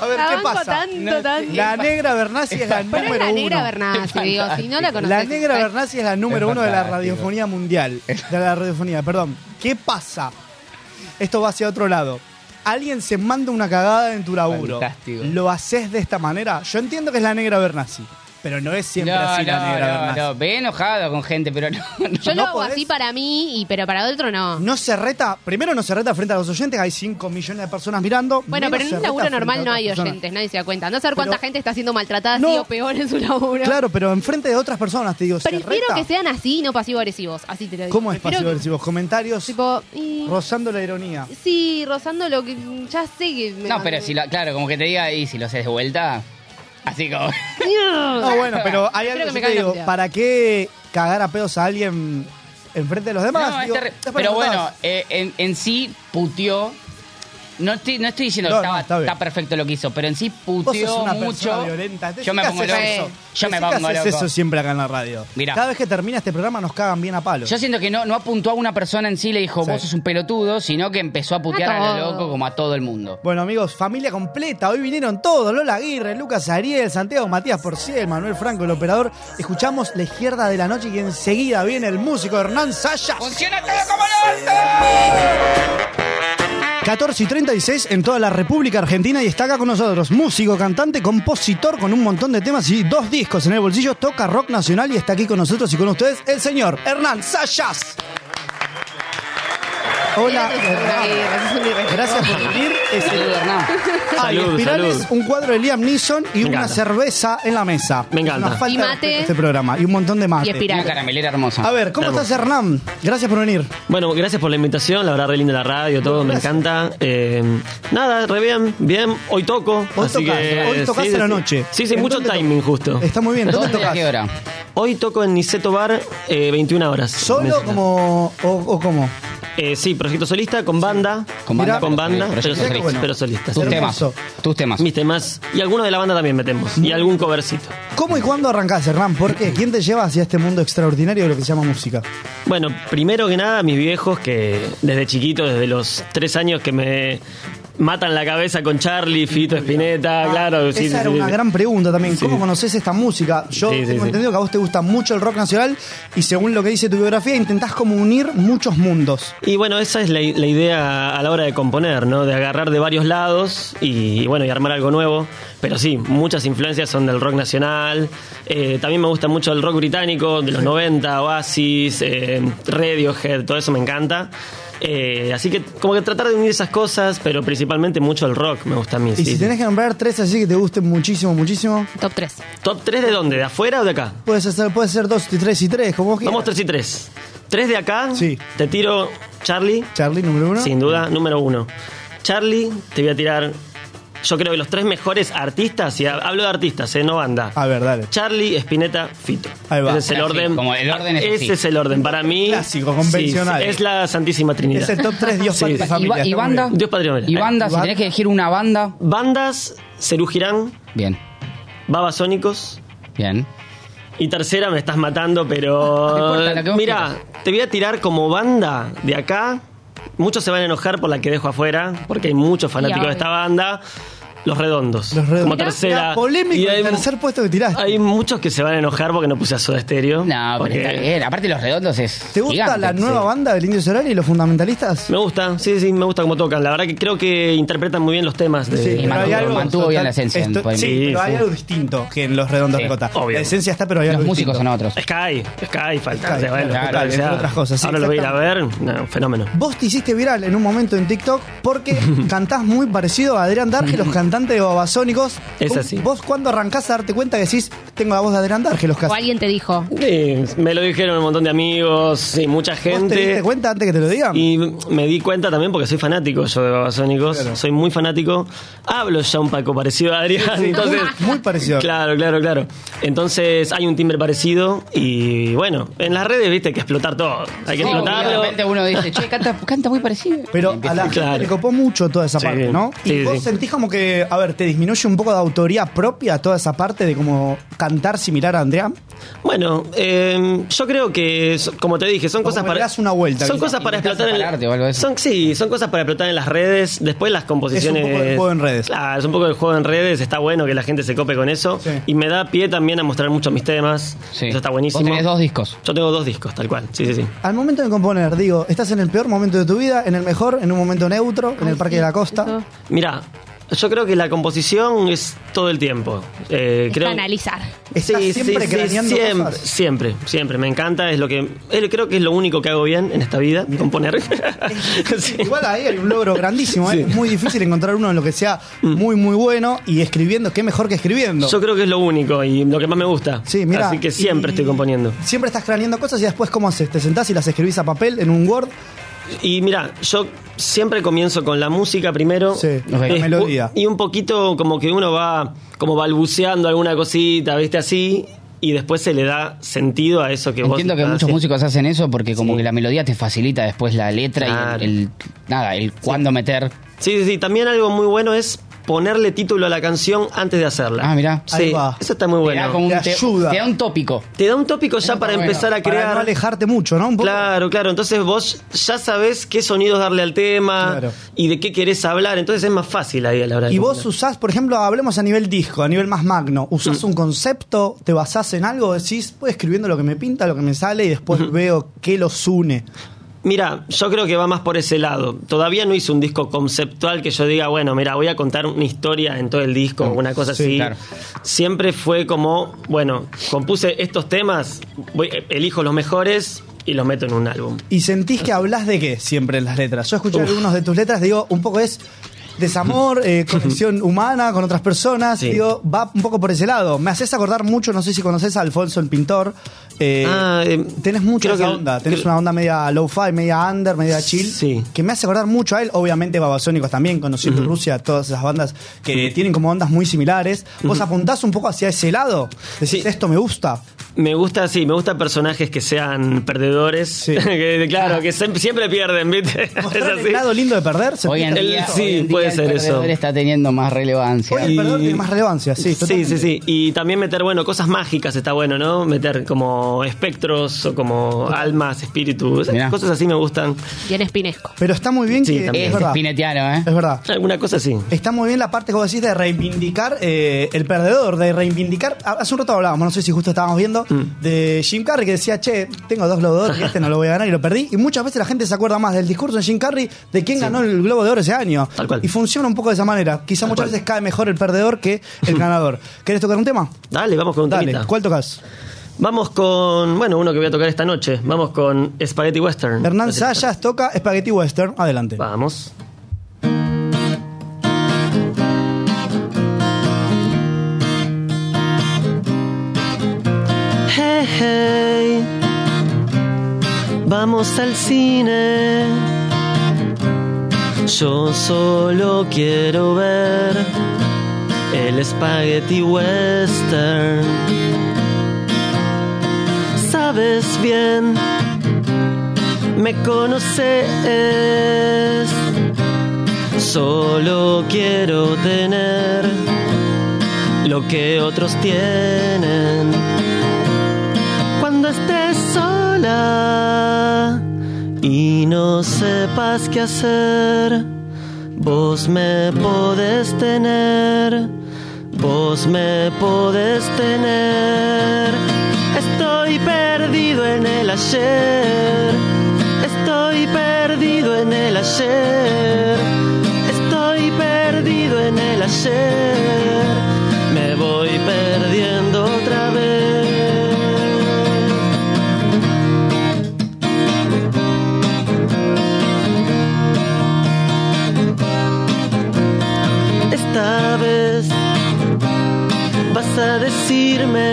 A ver, La ¿qué banco pasa? tanto, No, tanto. La negra Bernasi es la Pero es número la negra uno. Bernasi, digo, si no la conoces. La negra Bernasi es la número uno de la fantástico. radiofonía mundial. De la radiofonía, perdón. ¿Qué pasa? Esto va hacia otro lado. Alguien se manda una cagada en tu laburo. Fantástico. Lo haces de esta manera. Yo entiendo que es la negra Bernasi, pero no es siempre así la negra Bernasi. no, no. Ve enojado con gente, pero no. no. Yo No lo hago podés. así para mí, y pero para otro no. No se reta, primero no se reta frente a los oyentes, hay 5 millones de personas mirando. Bueno, pero menos en un se laburo reta normal frente a no otras hay personas. oyentes, nadie se da cuenta. No saber cuánta Pero- gente está siendo maltratada No. así o peor en su laburo. Claro, pero enfrente de otras personas, te digo, se Prefiero reta. que sean así, no pasivo-agresivos. Así te lo digo. ¿Cómo es Prefiero pasivo agresivo? Comentarios Tipo, y- rozando la ironía. sí, rozando lo que ya sé que me No, mandó- pero si la, claro, como que te diga, y si lo haces de vuelta, así como. No, bueno, pero hay Creo algo que, yo que me te cae la digo, mitad. ¿para qué cagar a pedos a alguien enfrente de los demás? No, Digo, está re- después Pero nos bueno, contás. eh, en, en sí puteó. No estoy, no estoy diciendo No, que estaba- no, está bien. está perfecto lo que hizo, pero en sí Vos sos puteó una persona mucho. violenta. Decí Yo me que pongo haces loco. eso. Yo me Decí que pongo haces loco. eso siempre acá en la radio. Mirá. Cada vez que termina este programa nos cagan bien a palos. Yo siento que no, no apuntó a una persona en sí y le dijo, Sí. vos sos un pelotudo, sino que empezó a putear A a lo todo. loco como a todo el mundo. Bueno, amigos, familia completa. Hoy vinieron todos: Lola Aguirre, Lucas Ariel, Santiago Matías Porciel, Manuel Franco, el operador. Escuchamos La Izquierda de la Noche y enseguida viene el músico Hernán Sayas. ¡Funciona todo como el orto! 14 y 36 en toda la República Argentina y está acá con nosotros, músico, cantante, compositor con un montón de temas y dos discos en el bolsillo, toca rock nacional y está aquí con nosotros y con ustedes el señor Hernán Sayas. Hola, Mira, te- Hernán. es un irrespetuoso. Gracias por venir. Es el- Saludos, Hernán. Hay Salud, espirales, salud. un cuadro de Liam Neeson y una encanta. cerveza en la mesa. Me encanta. Nos falta Y mate. respeto a este programa y un montón de mate. Y espiral. Una caramelera hermosa. A ver, ¿cómo estás, Hernán? Gracias por venir. Bueno, gracias por la invitación, la verdad, re linda la radio, todo, me encanta. Eh, nada, re bien, bien. Hoy toco. Hoy así tocás, que, hoy tocás sí, a la sí. noche. Sí, sí, ¿En mucho dónde to- timing justo. Está muy bien. ¿Dónde ¿Dónde y a tocas? qué hora? Hoy toco en Niceto Bar, eh, 21 horas. ¿Solo Me- como, o, o cómo? Eh, sí, proyecto solista, con banda. Con banda, con pero- banda, proyecto pero, solista, solista. pero solista, Tus sí. temas. Hermoso. Tus temas. Mis temas. Y algunos de la banda también metemos. Y algún covercito. ¿Cómo y cuándo arrancás, Hernán? ¿Por qué? ¿Quién te lleva hacia este mundo extraordinario de lo que se llama música? Bueno, primero que nada, mis viejos que desde chiquito, desde los tres años que me matan la cabeza con Charlie, Fito Espineta, Ah, claro. Ah, Esa era una gran pregunta también. ¿Cómo conoces esta música? Yo Sí, sí, tengo sí. entendido que a vos te gusta mucho el rock nacional y según lo que dice tu biografía, intentás como unir muchos mundos. Y bueno, esa es la, la idea a la hora de componer, ¿no? De agarrar de varios lados y, bueno, y armar algo nuevo. Pero sí, muchas influencias son del rock nacional. Eh, también me gusta mucho el rock británico de los 90, Oasis, eh, Radiohead, todo eso me encanta. Eh, así que como que tratar de unir esas cosas, pero principalmente mucho el rock me gusta a mí. Y sí, si sí. tenés que nombrar tres así que te gusten muchísimo, muchísimo, Top 3. ¿Top 3 de dónde? ¿De afuera o de acá? puedes hacer, puede ser dos y tres y tres, como vos quieras. Vamos 3 y 3. 3 de acá. Sí. Te tiro Charlie. Charlie, número uno. Sin duda, número uno. Charlie, te voy a tirar. Yo creo que los tres mejores artistas, y ha- hablo de artistas, eh, no banda. A ver, dale. Charlie, Spinetta, Fito. Ah, Ahí va. Ese es el Así, orden. como el orden es ese así. es el orden. Para mí. Clásico, sí, convencional. sí, es la Santísima Trinidad. Es el top tres Dios Sí, Padre sí. ¿Y, Familia. ba- y está muy banda? bien. Dios Padre Hombre. ¿Y banda? Si Iván. tenés que elegir una banda. Bandas, Cerú Girán, Bien, Babasónicos. bien. Y tercera, me estás matando, No importa, pero. la que vos Mira, te voy a tirar como banda de acá. Muchos se van a enojar por la que dejo afuera, porque hay muchos fanáticos Y de esta banda. Los redondos. Los redondos. Como Mirá, tercera. mirá, polémico Y el tercer puesto que tiraste. Hay muchos que se van a enojar porque no puse a Soda Stereo. No, pero porque- está bien. Aparte, los redondos es. ¿Te gusta gigante. la nueva Sí. banda del Indio Solari y los fundamentalistas? Me gusta, sí, sí, me gusta cómo tocan. La verdad que creo que interpretan muy bien los temas. De... Sí, Y pero hay mantuvo- algo- mantuvo bien la esencia, Esto- en- sí, Sí, pero hay sí. algo distinto que en los redondos Sí, de Cota. obvio. La esencia está, pero hay algo Los músicos son distinto. otros. Sky, Sky, falta. Sky, o sea, bueno, claro, total, entre o sea, otras cosas, sí, ahora lo voy a ir a ver. No, fenómeno. Vos te hiciste viral en un momento en TikTok porque cantás muy parecido a Adrián Darge, los cantantes de Babasónicos. Es ¿Cómo- así. Vos cuando arrancás a darte cuenta que decís, tengo la voz de Adrián Darge, los O casi. alguien te dijo. Sí, me lo dijeron un montón de amigos y mucha ¿Vos gente. te diste cuenta antes que te lo digan? Y me di cuenta también porque soy fanático yo de Babasónicos, soy muy fanático. Hablo ya un Paco parecido a Adrián, Sí, entonces... muy, muy parecido. Claro, claro, claro. Entonces hay un timbre parecido y bueno, en las redes viste hay que explotar todo, hay que Sí, porque de explotarlo. repente uno dice, che, canta, canta muy parecido. Pero a la gente Claro. le copó mucho toda esa Sí. parte, ¿no? y Sí, vos sí. sentís como que, a ver, ¿te disminuye un poco de autoría propia toda esa parte de como cantar similar a Adrián? Bueno, eh, yo creo que, so- como te dije, son Como cosas que para. le das una vuelta, Son quizás. cosas para Invitás a explotar en pararte o algo de eso. son, Sí, son cosas para explotar en las redes. Después las composiciones. poco de juego en redes. Claro, es un poco de juego en redes. Está bueno que la gente se cope con eso. Sí. Y me da pie también a mostrar mucho mis temas. Sí. Eso está buenísimo. Vos tenés dos discos. Yo tengo dos discos, tal cual. Sí, sí, sí. Al momento de componer, digo, estás en el peor momento de tu vida, en el mejor, en un momento neutro, en el Parque de la Costa. Eso Mira, yo creo que la composición es todo el tiempo. Eh, es creo- analizar. Estás siempre craneando siempre, cosas. siempre, siempre. Me encanta, es lo que es- creo que es lo único que hago bien en esta vida, componer. Sí. Igual ahí hay un logro grandísimo, ¿eh? Sí. Mm. es muy difícil encontrar uno en lo que sea muy, muy bueno y escribiendo, qué mejor que escribiendo. Yo creo que es lo único y lo que más me gusta. Sí, mira. Así que siempre y- estoy componiendo. Siempre estás craneando cosas y después, ¿cómo haces? ¿Te sentás y las escribís a papel en un Word? Y mira, yo siempre comienzo con la música primero. Sí, Despu- la melodía. Y un poquito como que uno va como balbuceando alguna cosita, ¿viste? Así. Y después se le da sentido a eso que vos. Entiendo que estás muchos haciendo. músicos hacen eso porque como Sí. que la melodía te facilita después la letra Claro. y el, el- nada, el cuándo meter. Sí, sí, sí. También algo muy bueno es ponerle título a la canción antes de hacerla. Ah, mirá. Sí, Ahí va. eso está muy te, da bueno. como un, te te- ayuda. te da un tópico. Te da un tópico ya para bueno. empezar Para a no crear. alejarte mucho, ¿no? Un poco. Claro, claro. Entonces vos ya sabés qué sonidos darle al tema Claro. y de qué querés hablar. Entonces es más fácil ahí a la hora de Y vos componer. usás, por ejemplo, hablemos a nivel disco, a nivel más magno, Mm. ¿usás un concepto? ¿Te basás en algo? Decís, voy escribiendo lo que me pinta, lo que me sale y después veo qué los une. Mira, yo creo que va más por ese lado. Todavía no hice un disco conceptual que yo diga, bueno, mira, voy a contar una historia en todo el disco, una cosa sí, así. claro. Siempre fue como, bueno, compuse estos temas, voy- elijo los mejores, y los meto en un álbum. ¿Y sentís que hablas de qué siempre en las letras? Yo escuché algunos de tus letras, digo, un poco es desamor, eh, conexión humana con otras personas, digo, va un poco por ese lado. Me haces acordar mucho, no sé si conoces a Alfonso el pintor. eh, Ah, eh, tenés mucha creo que- esa onda, tenés creo- una onda media low-fi, media under, media chill, que me hace acordar mucho a él. Obviamente, Babasónicos también, conocido en Rusia, todas esas bandas que tienen como ondas muy similares. ¿Vos apuntás un poco hacia ese lado? Decís, esto me gusta. Me gusta, sí, me gusta personajes que sean perdedores. Que, claro, que sem- siempre pierden, ¿viste? Es así. El lado lindo de perder se Hoy en pierde. día, sí, hoy en día puede el ser eso. perdedor está teniendo más relevancia. Hoy el perdón tiene más relevancia, sí. Sí, totalmente. sí, sí. Y también meter, bueno, cosas mágicas está bueno, ¿no? Meter como espectros o como almas, espíritus. Esas Mirá. pues Cosas así me gustan. Bien espinesco. Pero está muy bien Sí, que. también. Es Es verdad. Spinetiano, ¿eh? Es verdad. Alguna cosa así. Está muy bien la parte que vos decís de reivindicar eh, el perdedor, de reivindicar. Ah, Hace un rato hablábamos, no sé si justo estábamos viendo, Mm. de Jim Carrey que decía, che, tengo dos globos de oro y este no lo voy a ganar y lo perdí. Y muchas veces la gente se acuerda más del discurso de Jim Carrey de quién ganó el globo de oro ese año. Tal cual. Y funciona un poco de esa manera. Quizá muchas veces cae mejor el perdedor que el ganador. ¿Querés tocar un tema? Dale, vamos con un Dale, temita. ¿cuál tocas? Vamos con, bueno, uno que voy a tocar esta noche. Vamos con Spaghetti Western. Hernán Sayas toca Spaghetti Western. Adelante. Vamos. Hey, hey. Vamos al cine. Yo solo quiero ver el Spaghetti Western. Sabes bien, me conoces. Solo quiero tener lo que otros tienen. Cuando estés sola y no sepas qué hacer, vos me podés tener. Vos me podés tener. Estoy perdido en el ayer. Estoy perdido en el ayer. Estoy perdido en el ayer. Me voy perdiendo otra vez. Esta vez vas a decirme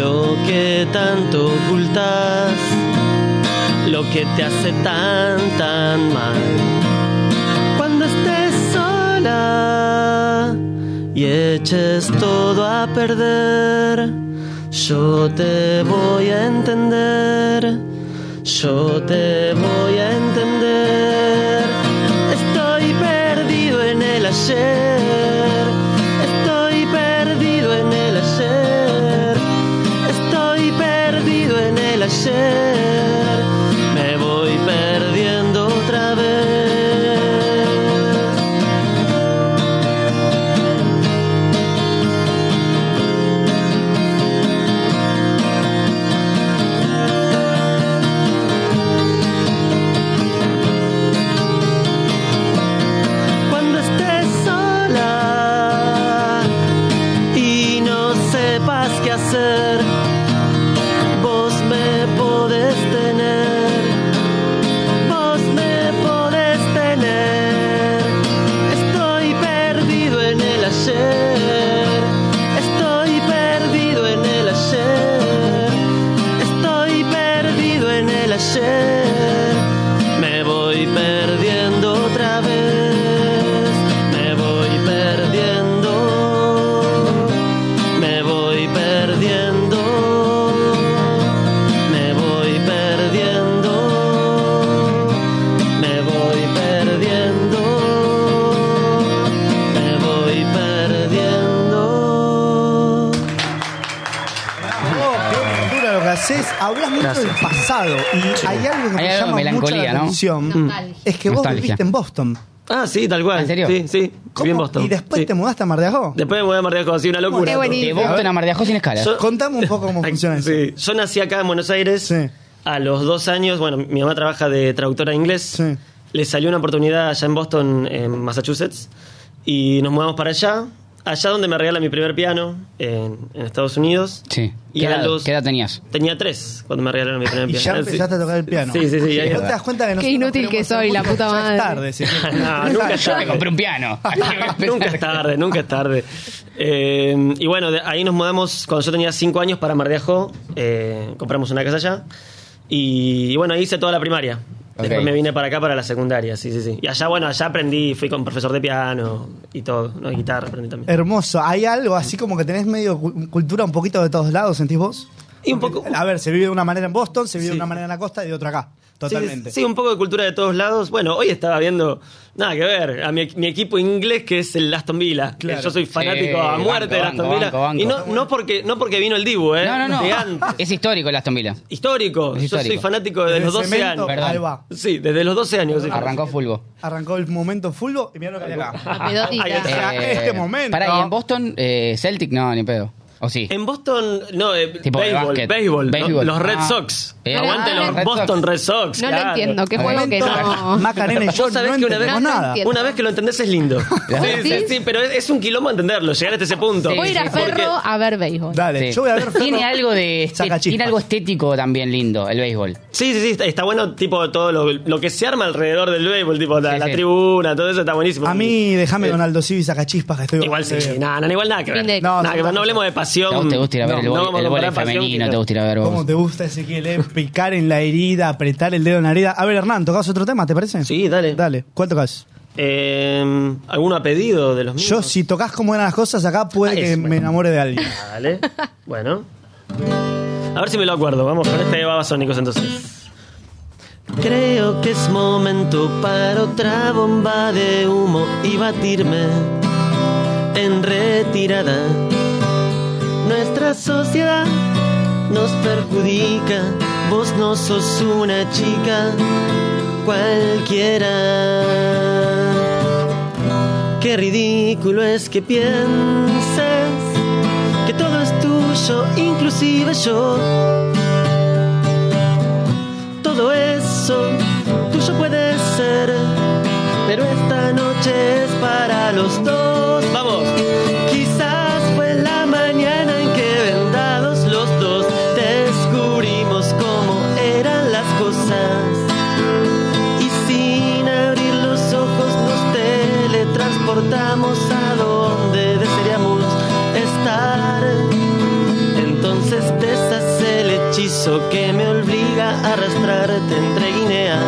lo que tanto ocultas, lo que te hace tan, tan mal. Cuando estés sola y eches todo a perder, yo te voy a entender. Yo te voy a entender. Estoy perdido en el ayer. Estoy perdido en el ayer. Estoy perdido en el ayer. Me voy perdiendo otra vez. cuando estés sola y no sepas qué hacer. Vos me podés tener, vos me podés tener. Estoy perdido en el ayer, estoy perdido en el ayer, estoy perdido en el ayer. Me voy perdiendo otra vez. Me voy perdiendo. Me voy perdiendo. Me voy perdiendo. Me voy perdiendo. Me voy perdiendo. Oh, qué locura lo que haces. Hablas mucho Gracias. del pasado y hay algo que me Hay algo de llama mucho la melancolía, ¿no? atención. Nostalgia. Es que vos Nostalgia. viviste en Boston. Ah, sí, tal cual. ¿En serio? Sí, sí. Viví en Boston. Y después Sí. te mudaste a Mar de Ajó. Después me voy a Mar de Ajó, así una locura. Qué buenísimo. De Boston a Mar de Ajó sin escala. Yo- Contame un poco cómo funciona eso. Sí. Yo nací acá en Buenos Aires. Sí. A los dos años, bueno, mi mamá trabaja de traductora de inglés. Sí. Le salió una oportunidad allá en Boston, en Massachusetts. Y nos mudamos para allá. allá donde me regala mi primer piano, en, en Estados Unidos. Sí. Y ¿Qué a edad- los- qué edad tenías? Tenía tres cuando me regalaron mi primer Y piano. ya empezaste a tocar el piano. Sí, sí, sí. ahí- Vos te das cuenta que Qué nosotros inútil que queremos hacer soy, la música, puta ya madre. es tarde, sí. No, nunca es Yo me tarde. compré un piano. nunca es tarde, nunca es tarde. Eh, y bueno, de ahí nos mudamos cuando yo tenía 5 años para Mar de Ajó. eh, compramos una casa allá. Y, bueno, ahí hice toda la primaria. Después Ok. me vine para acá para la secundaria, sí, sí, sí. Y allá, bueno, allá aprendí, fui con profesor de piano y todo, ¿no? Y guitarra aprendí también. Hermoso. ¿Hay algo así como que tenés medio cu- cultura un poquito de todos lados, sentís vos? Y un poco... A ver, se vive de una manera en Boston, se vive de Uh. Sí. una manera en la costa y de otra acá. Totalmente. Sí, sí, un poco de cultura de todos lados. Bueno, hoy estaba viendo, nada que ver, a mi, mi equipo inglés que es el Aston Villa. Claro. Yo soy fanático Sí, a muerte del banco, banco, Aston Villa. banco, banco. Y no, no, porque, no porque vino el Dibu, ¿eh? No, no, De no. antes. Es histórico el Aston Villa. Histórico. Es Yo soy histórico. fanático desde Desde los 12 cemento, años. ahí va. Sí, desde los 12 años. soy fanático. Arrancó Fulbo. Arrancó el momento fulbo y mira lo que hay acá. La pedotita. Ahí está. sea, este momento. Para, Eh, ¿y en Boston, eh, Celtic? No, ni pedo. ¿O sí? En Boston, no, eh, Tipo de béisbol, básquet. béisbol, ¿no? Béisbol. Los Red Ah. Sox. Eh, Aguante ah, los Red Sox. Boston Red Sox. No claro. lo entiendo, qué A ver. juego que no. Macarena y yo Vos sabés no que una vez- entendemos No, no nada. entiendo. Una vez que lo entendés es lindo. Sí, sí, ¿Sí? sí, pero es, es un quilombo entenderlo, llegar a ese punto. Voy a ir a Porque- Ferro a ver béisbol. Dale, Sí. yo voy a ver Tiene Ferro. algo de este- Saca tiene chispas. algo estético también lindo, el béisbol. Sí, sí, sí, está, está bueno tipo todo lo, lo que se arma alrededor del béisbol, tipo la, Sí, la sí. tribuna, todo eso está buenísimo. A mí, déjame Donaldo Civi saca chispas que estoy Igual sí, bastante- nada, nada, igual nada que ver. Fin de- No, No, nada que ver, no hablemos de ¿A vos pasión. te gusta ir a ver No, el no vole- vamos a el comparar vóley pasión femenino? que- ¿Te gusta ir a ver ¿Cómo vos? te gusta Ezequiel? eh? Picar en la herida, apretar el dedo en la herida. A ver, Hernán, ¿tocás otro tema, te parece? Sí, dale. Dale, ¿cuál tocas? Eh, ¿Alguno ha pedido de los míos? Yo, si tocas como eran las cosas acá, puede Ah, que eso, bueno. me enamore de alguien. Dale. Bueno. A ver si me lo acuerdo. Vamos con este de Babasónicos entonces. Creo que es momento para otra bomba de humo y batirme en retirada. Nuestra sociedad nos perjudica. Vos no sos una chica cualquiera. Qué ridículo es que pienses que todo es tuyo, inclusive yo. Todo eso tuyo puede ser, pero esta noche es para los dos. Vamos. Quizás fue la mañana en que vendados los dos descubrimos cómo eran las cosas y sin abrir los ojos nos teletransportamos a donde desearíamos estar. Entonces deshace el hechizo que me obliga a arrastrarte entre Guinea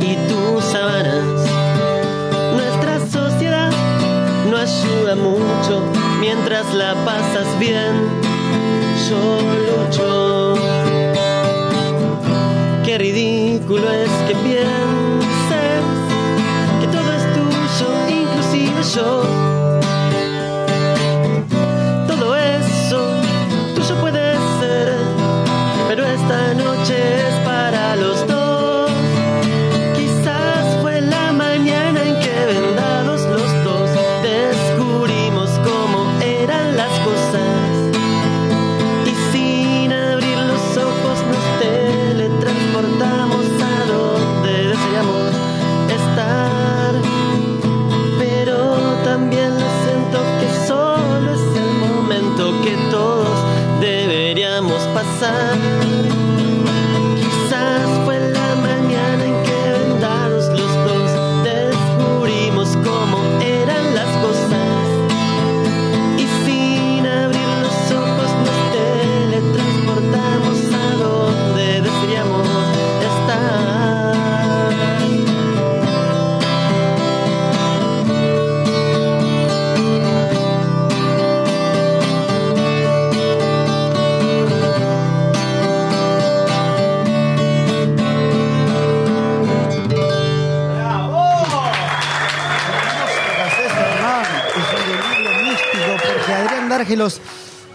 y tus sábanas. Nuestra sociedad no ayuda mucho mientras la pasas bien. Yo lucho. Qué ridículo es que pienses que todo es tuyo, inclusive yo. Todo eso tuyo puede ser, pero esta noche es para los dos. Quizás fue la mañana en que vendados los dos descubrimos cómo eran las cosas. Y sin abrir los ojos nos teletransportamos a donde deseamos estar. Pero también lo siento que solo es el momento que todos deberíamos pasar. Quizás fue la mañana en que vendados los dos descubrimos cómo eran las cosas. Y sin abrir los ojos nos teletransportamos a donde deseamos estar. Francés Hernán es un delirio místico porque Adrián Dárgelos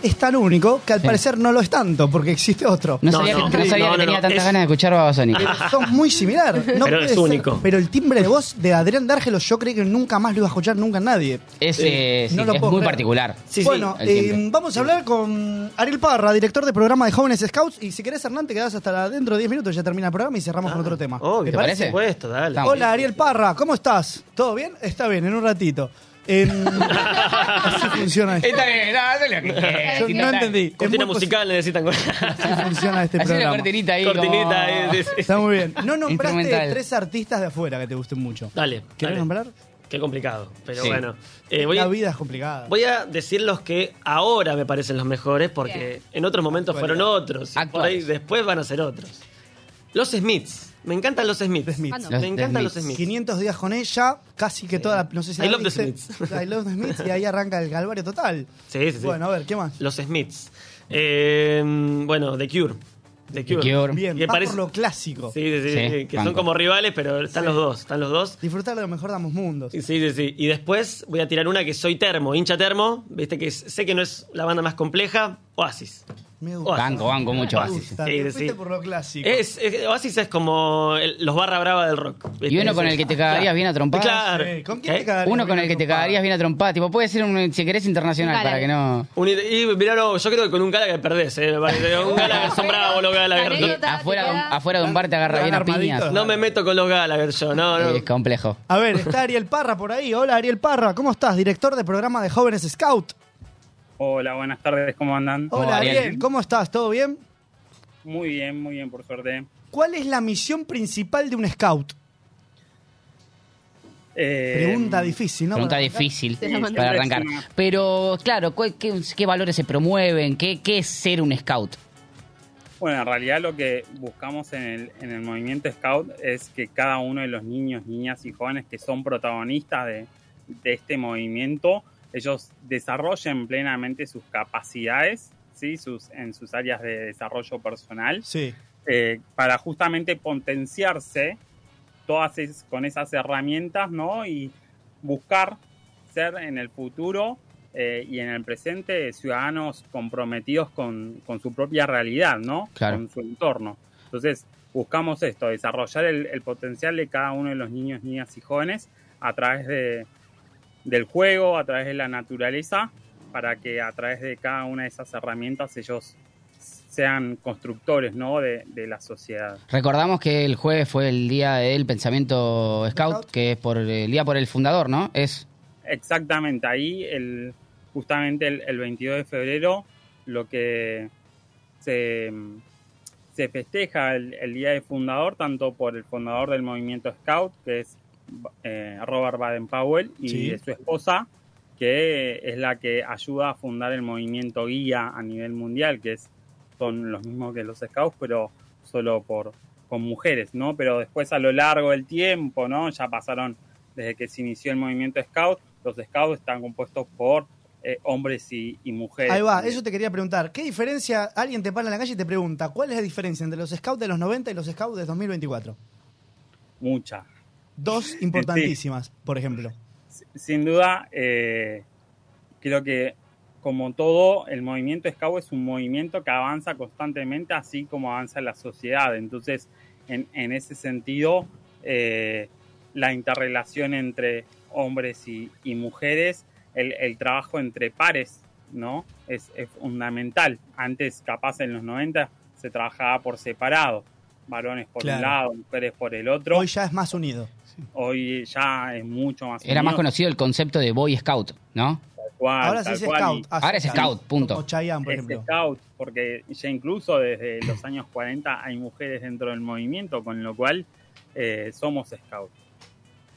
es tan único que al parecer no lo es tanto porque existe otro. No, No, sabía, no, que, no sabía no, que no, tenía no, tantas es- ganas de escuchar Babasónicos. Eh, Son muy similar. No Pero puede es ser, único. pero el timbre de voz de Adrián Dárgelos yo creo que nunca más lo iba a escuchar nunca nadie. Es, eh, sí, no lo es muy puedo creer. particular. Sí, sí. bueno, el eh, timbre. vamos a hablar con Ariel Parra, director de programa de Jóvenes Scouts. Y si querés, Hernán, te quedás hasta la- dentro de 10 minutos, ya termina el programa y cerramos con otro tema. obvio, ¿Te Oh, ¿te parece? parece? Por supuesto, dale. Estamos. Hola, Ariel Parra, ¿cómo estás? ¿Todo bien? Está bien, en un ratito. Em, así funciona esto. Está bien, no, hazle lo que quieras, Yo Eh, si no total. entendí. Es Cortina muy posi- musical necesitan. Así funciona este Hacé una programa. cortinita ahí. Cortinita eh, como- ahí, eh, sí, sí. Está muy bien. No nombraste Instrumental. tres artistas de afuera que te gusten mucho. Dale. ¿Querés dale. nombrar? Qué complicado. Pero Sí. bueno. Eh, voy, La vida es complicada. voy a decir los que ahora me parecen los mejores porque en otros momentos fueron otros. y Por ahí Actuales. después van a ser otros. Los Smiths. Me encantan los Smiths. The Smiths. Ah, no. Me Los- encantan los los Smiths. 500 días con ella, casi que toda la... No sé si I love the viste. Smiths. I love the Smiths y ahí arranca el calvario total. Sí, sí, sí. Bueno, a ver, ¿qué más? Los Smiths. Eh, bueno, The Cure. The Cure. Cure. Bien, Que va parece- por lo clásico. Sí, sí, sí, Sí, sí, que son banco. como rivales, pero están los dos, están los dos. Disfrutar de lo mejor damos mundos. Sí, sí, sí. Y después voy a tirar una que soy termo, hincha termo. Viste que es- sé que no es la banda más compleja, Oasis. Me gusta. Banco, banco, mucho Me Oasis. gusta, Sí, te sí. Eh, fuiste por lo clásico. Es, es- Oasis es como el- los barra brava del rock. ¿viste? Y uno Es- con el que te cagarías bien a trompadas. Claro. Sí, ¿Con quién ¿Eh? te cagarías? Uno con el que te cagarías bien a trompadas. Tipo, puede ser un, si querés, internacional, Un para que no... Un- y mirá, no, yo creo que con un Gallagher perdés. ¿eh? Un Gallagher son bravos los Gallagher. Anécdota. No, Anécdota. Afuera, de un- te queda- afuera de un bar te agarra Te bien a agarra armadito. piñas. no me meto con los Gallagher yo, no, no. Es complejo. A ver, está Ariel Parra por ahí. Hola, Ariel Parra. ¿Cómo estás? Director de programa de Jóvenes Scout. Hola, buenas tardes, ¿cómo andan? Hola, Hola, Ariel. Ariel. ¿Cómo estás? ¿Todo bien? Muy bien, muy bien, por suerte. ¿Cuál es la misión principal de un scout? Eh, Pregunta difícil, ¿no? Pregunta Para arrancar. difícil Te la mandé. para arrancar. Pero, claro, ¿cuál- ¿qué, qué valores se promueven? ¿Qué, ¿Qué es ser un scout? Bueno, en realidad lo que buscamos en el, en el movimiento Scout es que cada uno de los niños, niñas y jóvenes que son protagonistas de, de este movimiento, ellos desarrollen plenamente sus capacidades, ¿sí? sus, en sus áreas de desarrollo personal, Sí. eh, para justamente potenciarse todas es- con esas herramientas, ¿no? Y buscar ser en el futuro eh, y en el presente ciudadanos comprometidos con, con su propia realidad, ¿no? Claro. Con su entorno. Entonces, buscamos esto, desarrollar el, el potencial de cada uno de los niños, niñas y jóvenes a través de, del juego, a través de la naturaleza, para que a través de cada una de esas herramientas ellos sean constructores, ¿no? De, de la sociedad. Recordamos que el jueves fue el día del pensamiento scout, Scout. que es por eh, el día por el fundador, ¿no? Es Exactamente, ahí el, justamente el, el 22 de febrero lo que se, se festeja el, el Día del Fundador, tanto por el fundador del movimiento Scout, que es eh, Robert Baden-Powell, y Sí. de su esposa, que es la que ayuda a fundar el movimiento Guía a nivel mundial, que es, son los mismos que los Scouts, pero solo por con mujeres, ¿no? Pero después a lo largo del tiempo, ¿no? Ya pasaron desde que se inició el movimiento Scout, los Scouts están compuestos por eh, hombres y, y mujeres. Ahí va, también. eso te quería preguntar. ¿Qué diferencia? Alguien te para en la calle y te pregunta, ¿cuál es la diferencia entre los scouts de los 90 y los scouts de 2024? Mucha. Dos importantísimas, por ejemplo. Sin duda, eh, creo que como todo, el movimiento Scout es un movimiento que avanza constantemente, así como avanza la sociedad. Entonces, en, en ese sentido, eh, la interrelación entre hombres y, y mujeres, el, el trabajo entre pares, ¿no? Es, es fundamental. Antes, capaz en los 90, se trabajaba por separado. Varones por Claro. un lado, mujeres por el otro. Hoy ya es más unido. Hoy ya es mucho más. era más unido. conocido el concepto de boy scout, ¿no? cual, Ahora sí tal es cual, scout. y Ah, sí, Ahora es claro. scout, punto. Como Chayanne, por es ejemplo. scout, porque ya incluso desde los años 40 hay mujeres dentro del movimiento, con lo cual eh, somos scout.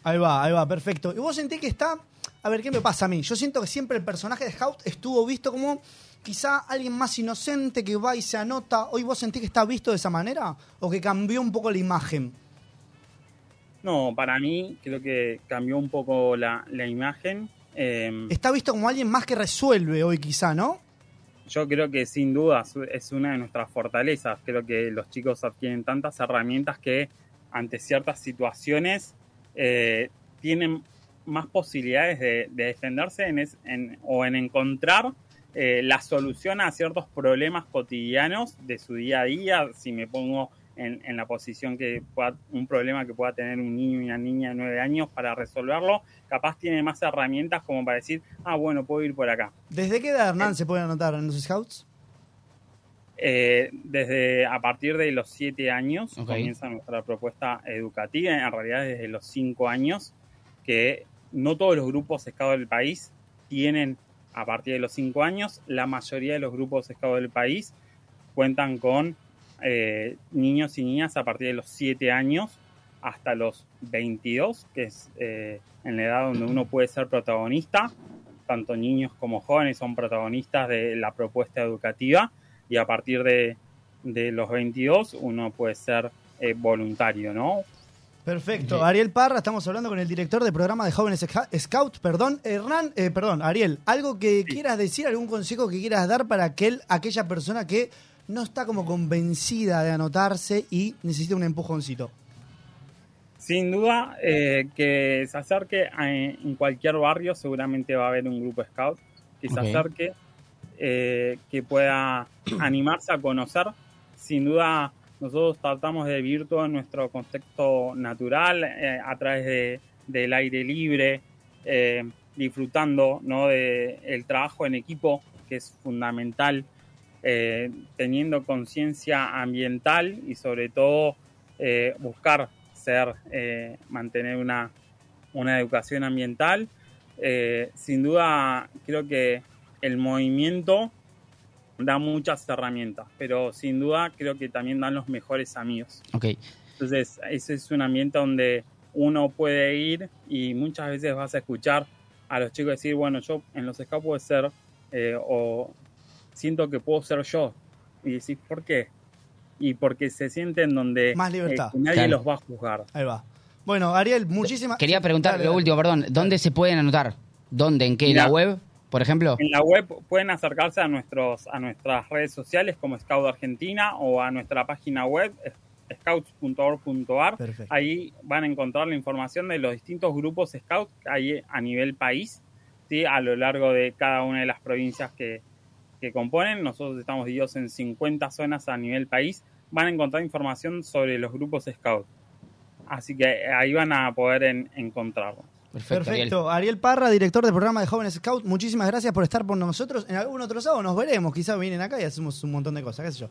Ahí va, ahí va, perfecto. Y vos sentís que está. A ver, ¿qué me pasa a mí? Yo siento que siempre el personaje de Scout estuvo visto como quizá alguien más inocente que va y se anota. ¿Hoy vos sentís que está visto de esa manera? ¿O que cambió un poco la imagen? No, para mí creo que cambió un poco la, la imagen. eh, Está visto como alguien más que resuelve hoy, quizá, ¿no? yo creo que sin duda su- es una de nuestras fortalezas. Creo que los chicos adquieren tantas herramientas que ante ciertas situaciones eh, tienen más posibilidades de, de defenderse en es- en- o en encontrar eh, la solución a ciertos problemas cotidianos de su día a día. Si me pongo en, en la posición que pueda, un problema que pueda tener un niño y una niña de nueve años para resolverlo, capaz tiene más herramientas como para decir, ah, bueno, puedo ir por acá. ¿Desde qué edad Hernán se puede anotar en los Scouts? Eh, desde a partir de los siete años Ok. comienza nuestra propuesta educativa, en realidad desde los cinco años, que no todos los grupos escado del país tienen, a partir de los 5 años, la mayoría de los grupos escado del país cuentan con eh, niños y niñas a partir de los 7 años hasta los 22, que es eh, en la edad donde uno puede ser protagonista. Tanto niños como jóvenes son protagonistas de la propuesta educativa y a partir de, de los 22 uno puede ser eh, voluntario, ¿no? Perfecto. Ariel Parra, estamos hablando con el director de programa de Jóvenes Esca- Scout, perdón, Hernán, eh, perdón, Ariel, algo que quieras decir, algún consejo que quieras dar para aquel, aquella persona que no está como convencida de anotarse y necesita un empujoncito. Sin duda, eh, que se acerque a- en cualquier barrio, seguramente va a haber un grupo scout que se Ok. acerque, eh, que pueda animarse a conocer. Sin duda, nosotros tratamos de vivir todo en nuestro contexto natural, eh, a través de- del aire libre, eh, disfrutando ¿no? de el trabajo en equipo, que es fundamental, eh, teniendo conciencia ambiental y sobre todo eh, buscar ser, eh, mantener una, una educación ambiental. Eh, sin duda, creo que el movimiento da muchas herramientas, pero sin duda creo que también dan los mejores amigos. Ok. Entonces, ese es un ambiente donde uno puede ir y muchas veces vas a escuchar a los chicos decir, bueno, yo en los scouts puedo ser, eh, o siento que puedo ser yo. Y decís, ¿por qué? Y porque se sienten donde eh, Más libertad. que nadie Claro. los va a juzgar. Ahí va. Bueno, Ariel, muchísimas Quería preguntar Dale, lo dale. último, perdón. ¿Dónde se pueden anotar? ¿Dónde? ¿En qué? ¿En Mira. la web, por ejemplo? En la web pueden acercarse a nuestros a nuestras redes sociales como Scout Argentina o a nuestra página web es- scouts.org.ar. Ahí van a encontrar la información de los distintos grupos Scout que hay a nivel país, ¿sí? a lo largo de cada una de las provincias que, que componen. Nosotros estamos divididos en 50 zonas a nivel país. Van a encontrar información sobre los grupos Scout. Así que ahí van a poder en- encontrarlo. Perfecto. Ariel Parra, director del programa de Jóvenes Scout, muchísimas gracias por estar con nosotros. En algún otro sábado nos veremos, quizás vienen acá y hacemos un montón de cosas, qué sé yo.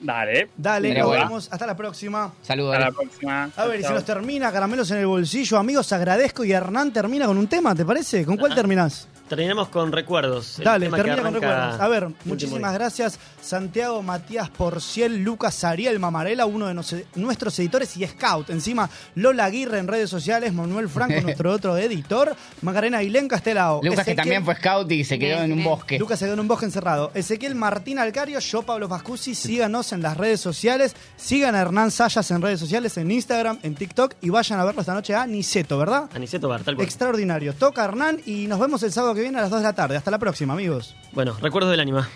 Dale. Dale, Mira, nos bueno. vemos. Hasta la próxima. Saludos. Hasta la próxima. A ver, y se Chao. nos termina caramelos en el bolsillo. Amigos, agradezco. Y Hernán termina con un tema, ¿te parece? ¿Con cuál terminás? Terminamos con recuerdos. Ah. el Dale, tema que termina con arranca recuerdos. A ver, último muchísimas día. gracias. Santiago Matías Porciel, Lucas Ariel Mamarela, uno de nos- nuestros editores y scout. Encima, Lola Aguirre en redes sociales, Manuel Franco, nuestro otro editor, Macarena Ailén Castelao. Lucas, que Ezequiel- también fue scout y se quedó en un bosque. Lucas se quedó en un bosque encerrado. Ezequiel Martín Alcario, yo Pablo Vascusi, síganos en las redes sociales, sigan a Hernán Sayas en redes sociales, en Instagram, en TikTok y vayan a verlo esta noche a Niceto, ¿verdad? Aniceto Bar, tal cual. Extraordinario. Toca Hernán y nos vemos el sábado que viene a las 2 de la tarde. Hasta la próxima, amigos. Bueno, recuerdos del ánima.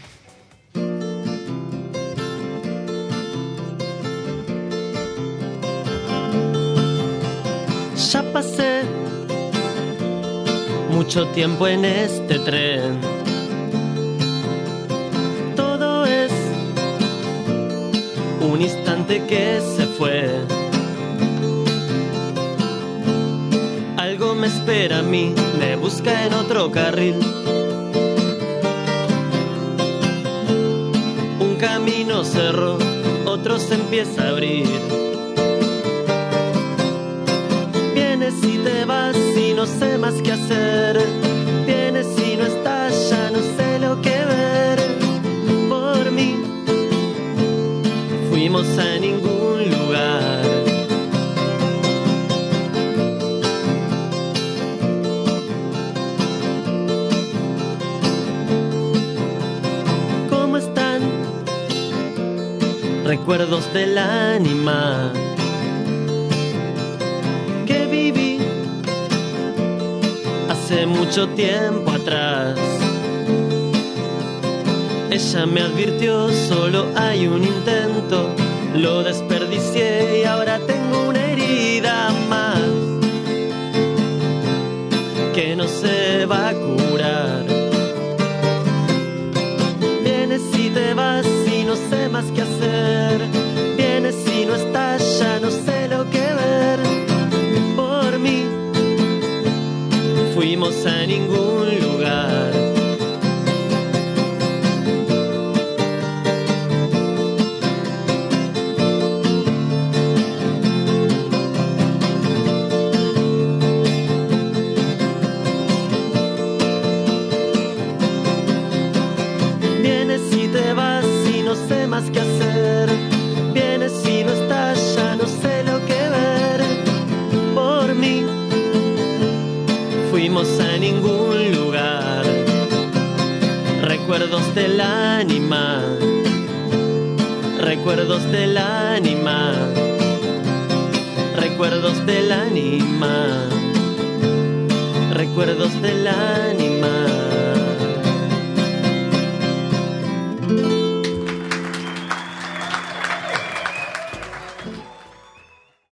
Ya pasé mucho tiempo en este tren. Todo es un instante que se fue. Algo me espera a mí, me busca en otro carril. Un camino cerró, otro se empieza a abrir. Vienes y te vas y no sé más qué hacer. Vienes y no estás, ya no sé lo que ver. Por mí fuimos a ningún lugar. ¿Cómo están? Recuerdos del ánima que viví hace mucho tiempo atrás. Ella me advirtió, solo hay un intento, lo desperdicié y ahora tengo una herida más que no se va a curar. Vienes y te vas y no sé más qué hacer. Vienes y no estás, ya no sé lo que ver. Por mí fuimos a ningún lugar. sé más qué hacer. Vienes y no estás, ya no sé lo que ver. Por mí fuimos a ningún lugar. Recuerdos del ánima, recuerdos del ánima, recuerdos del ánima, recuerdos del ánima.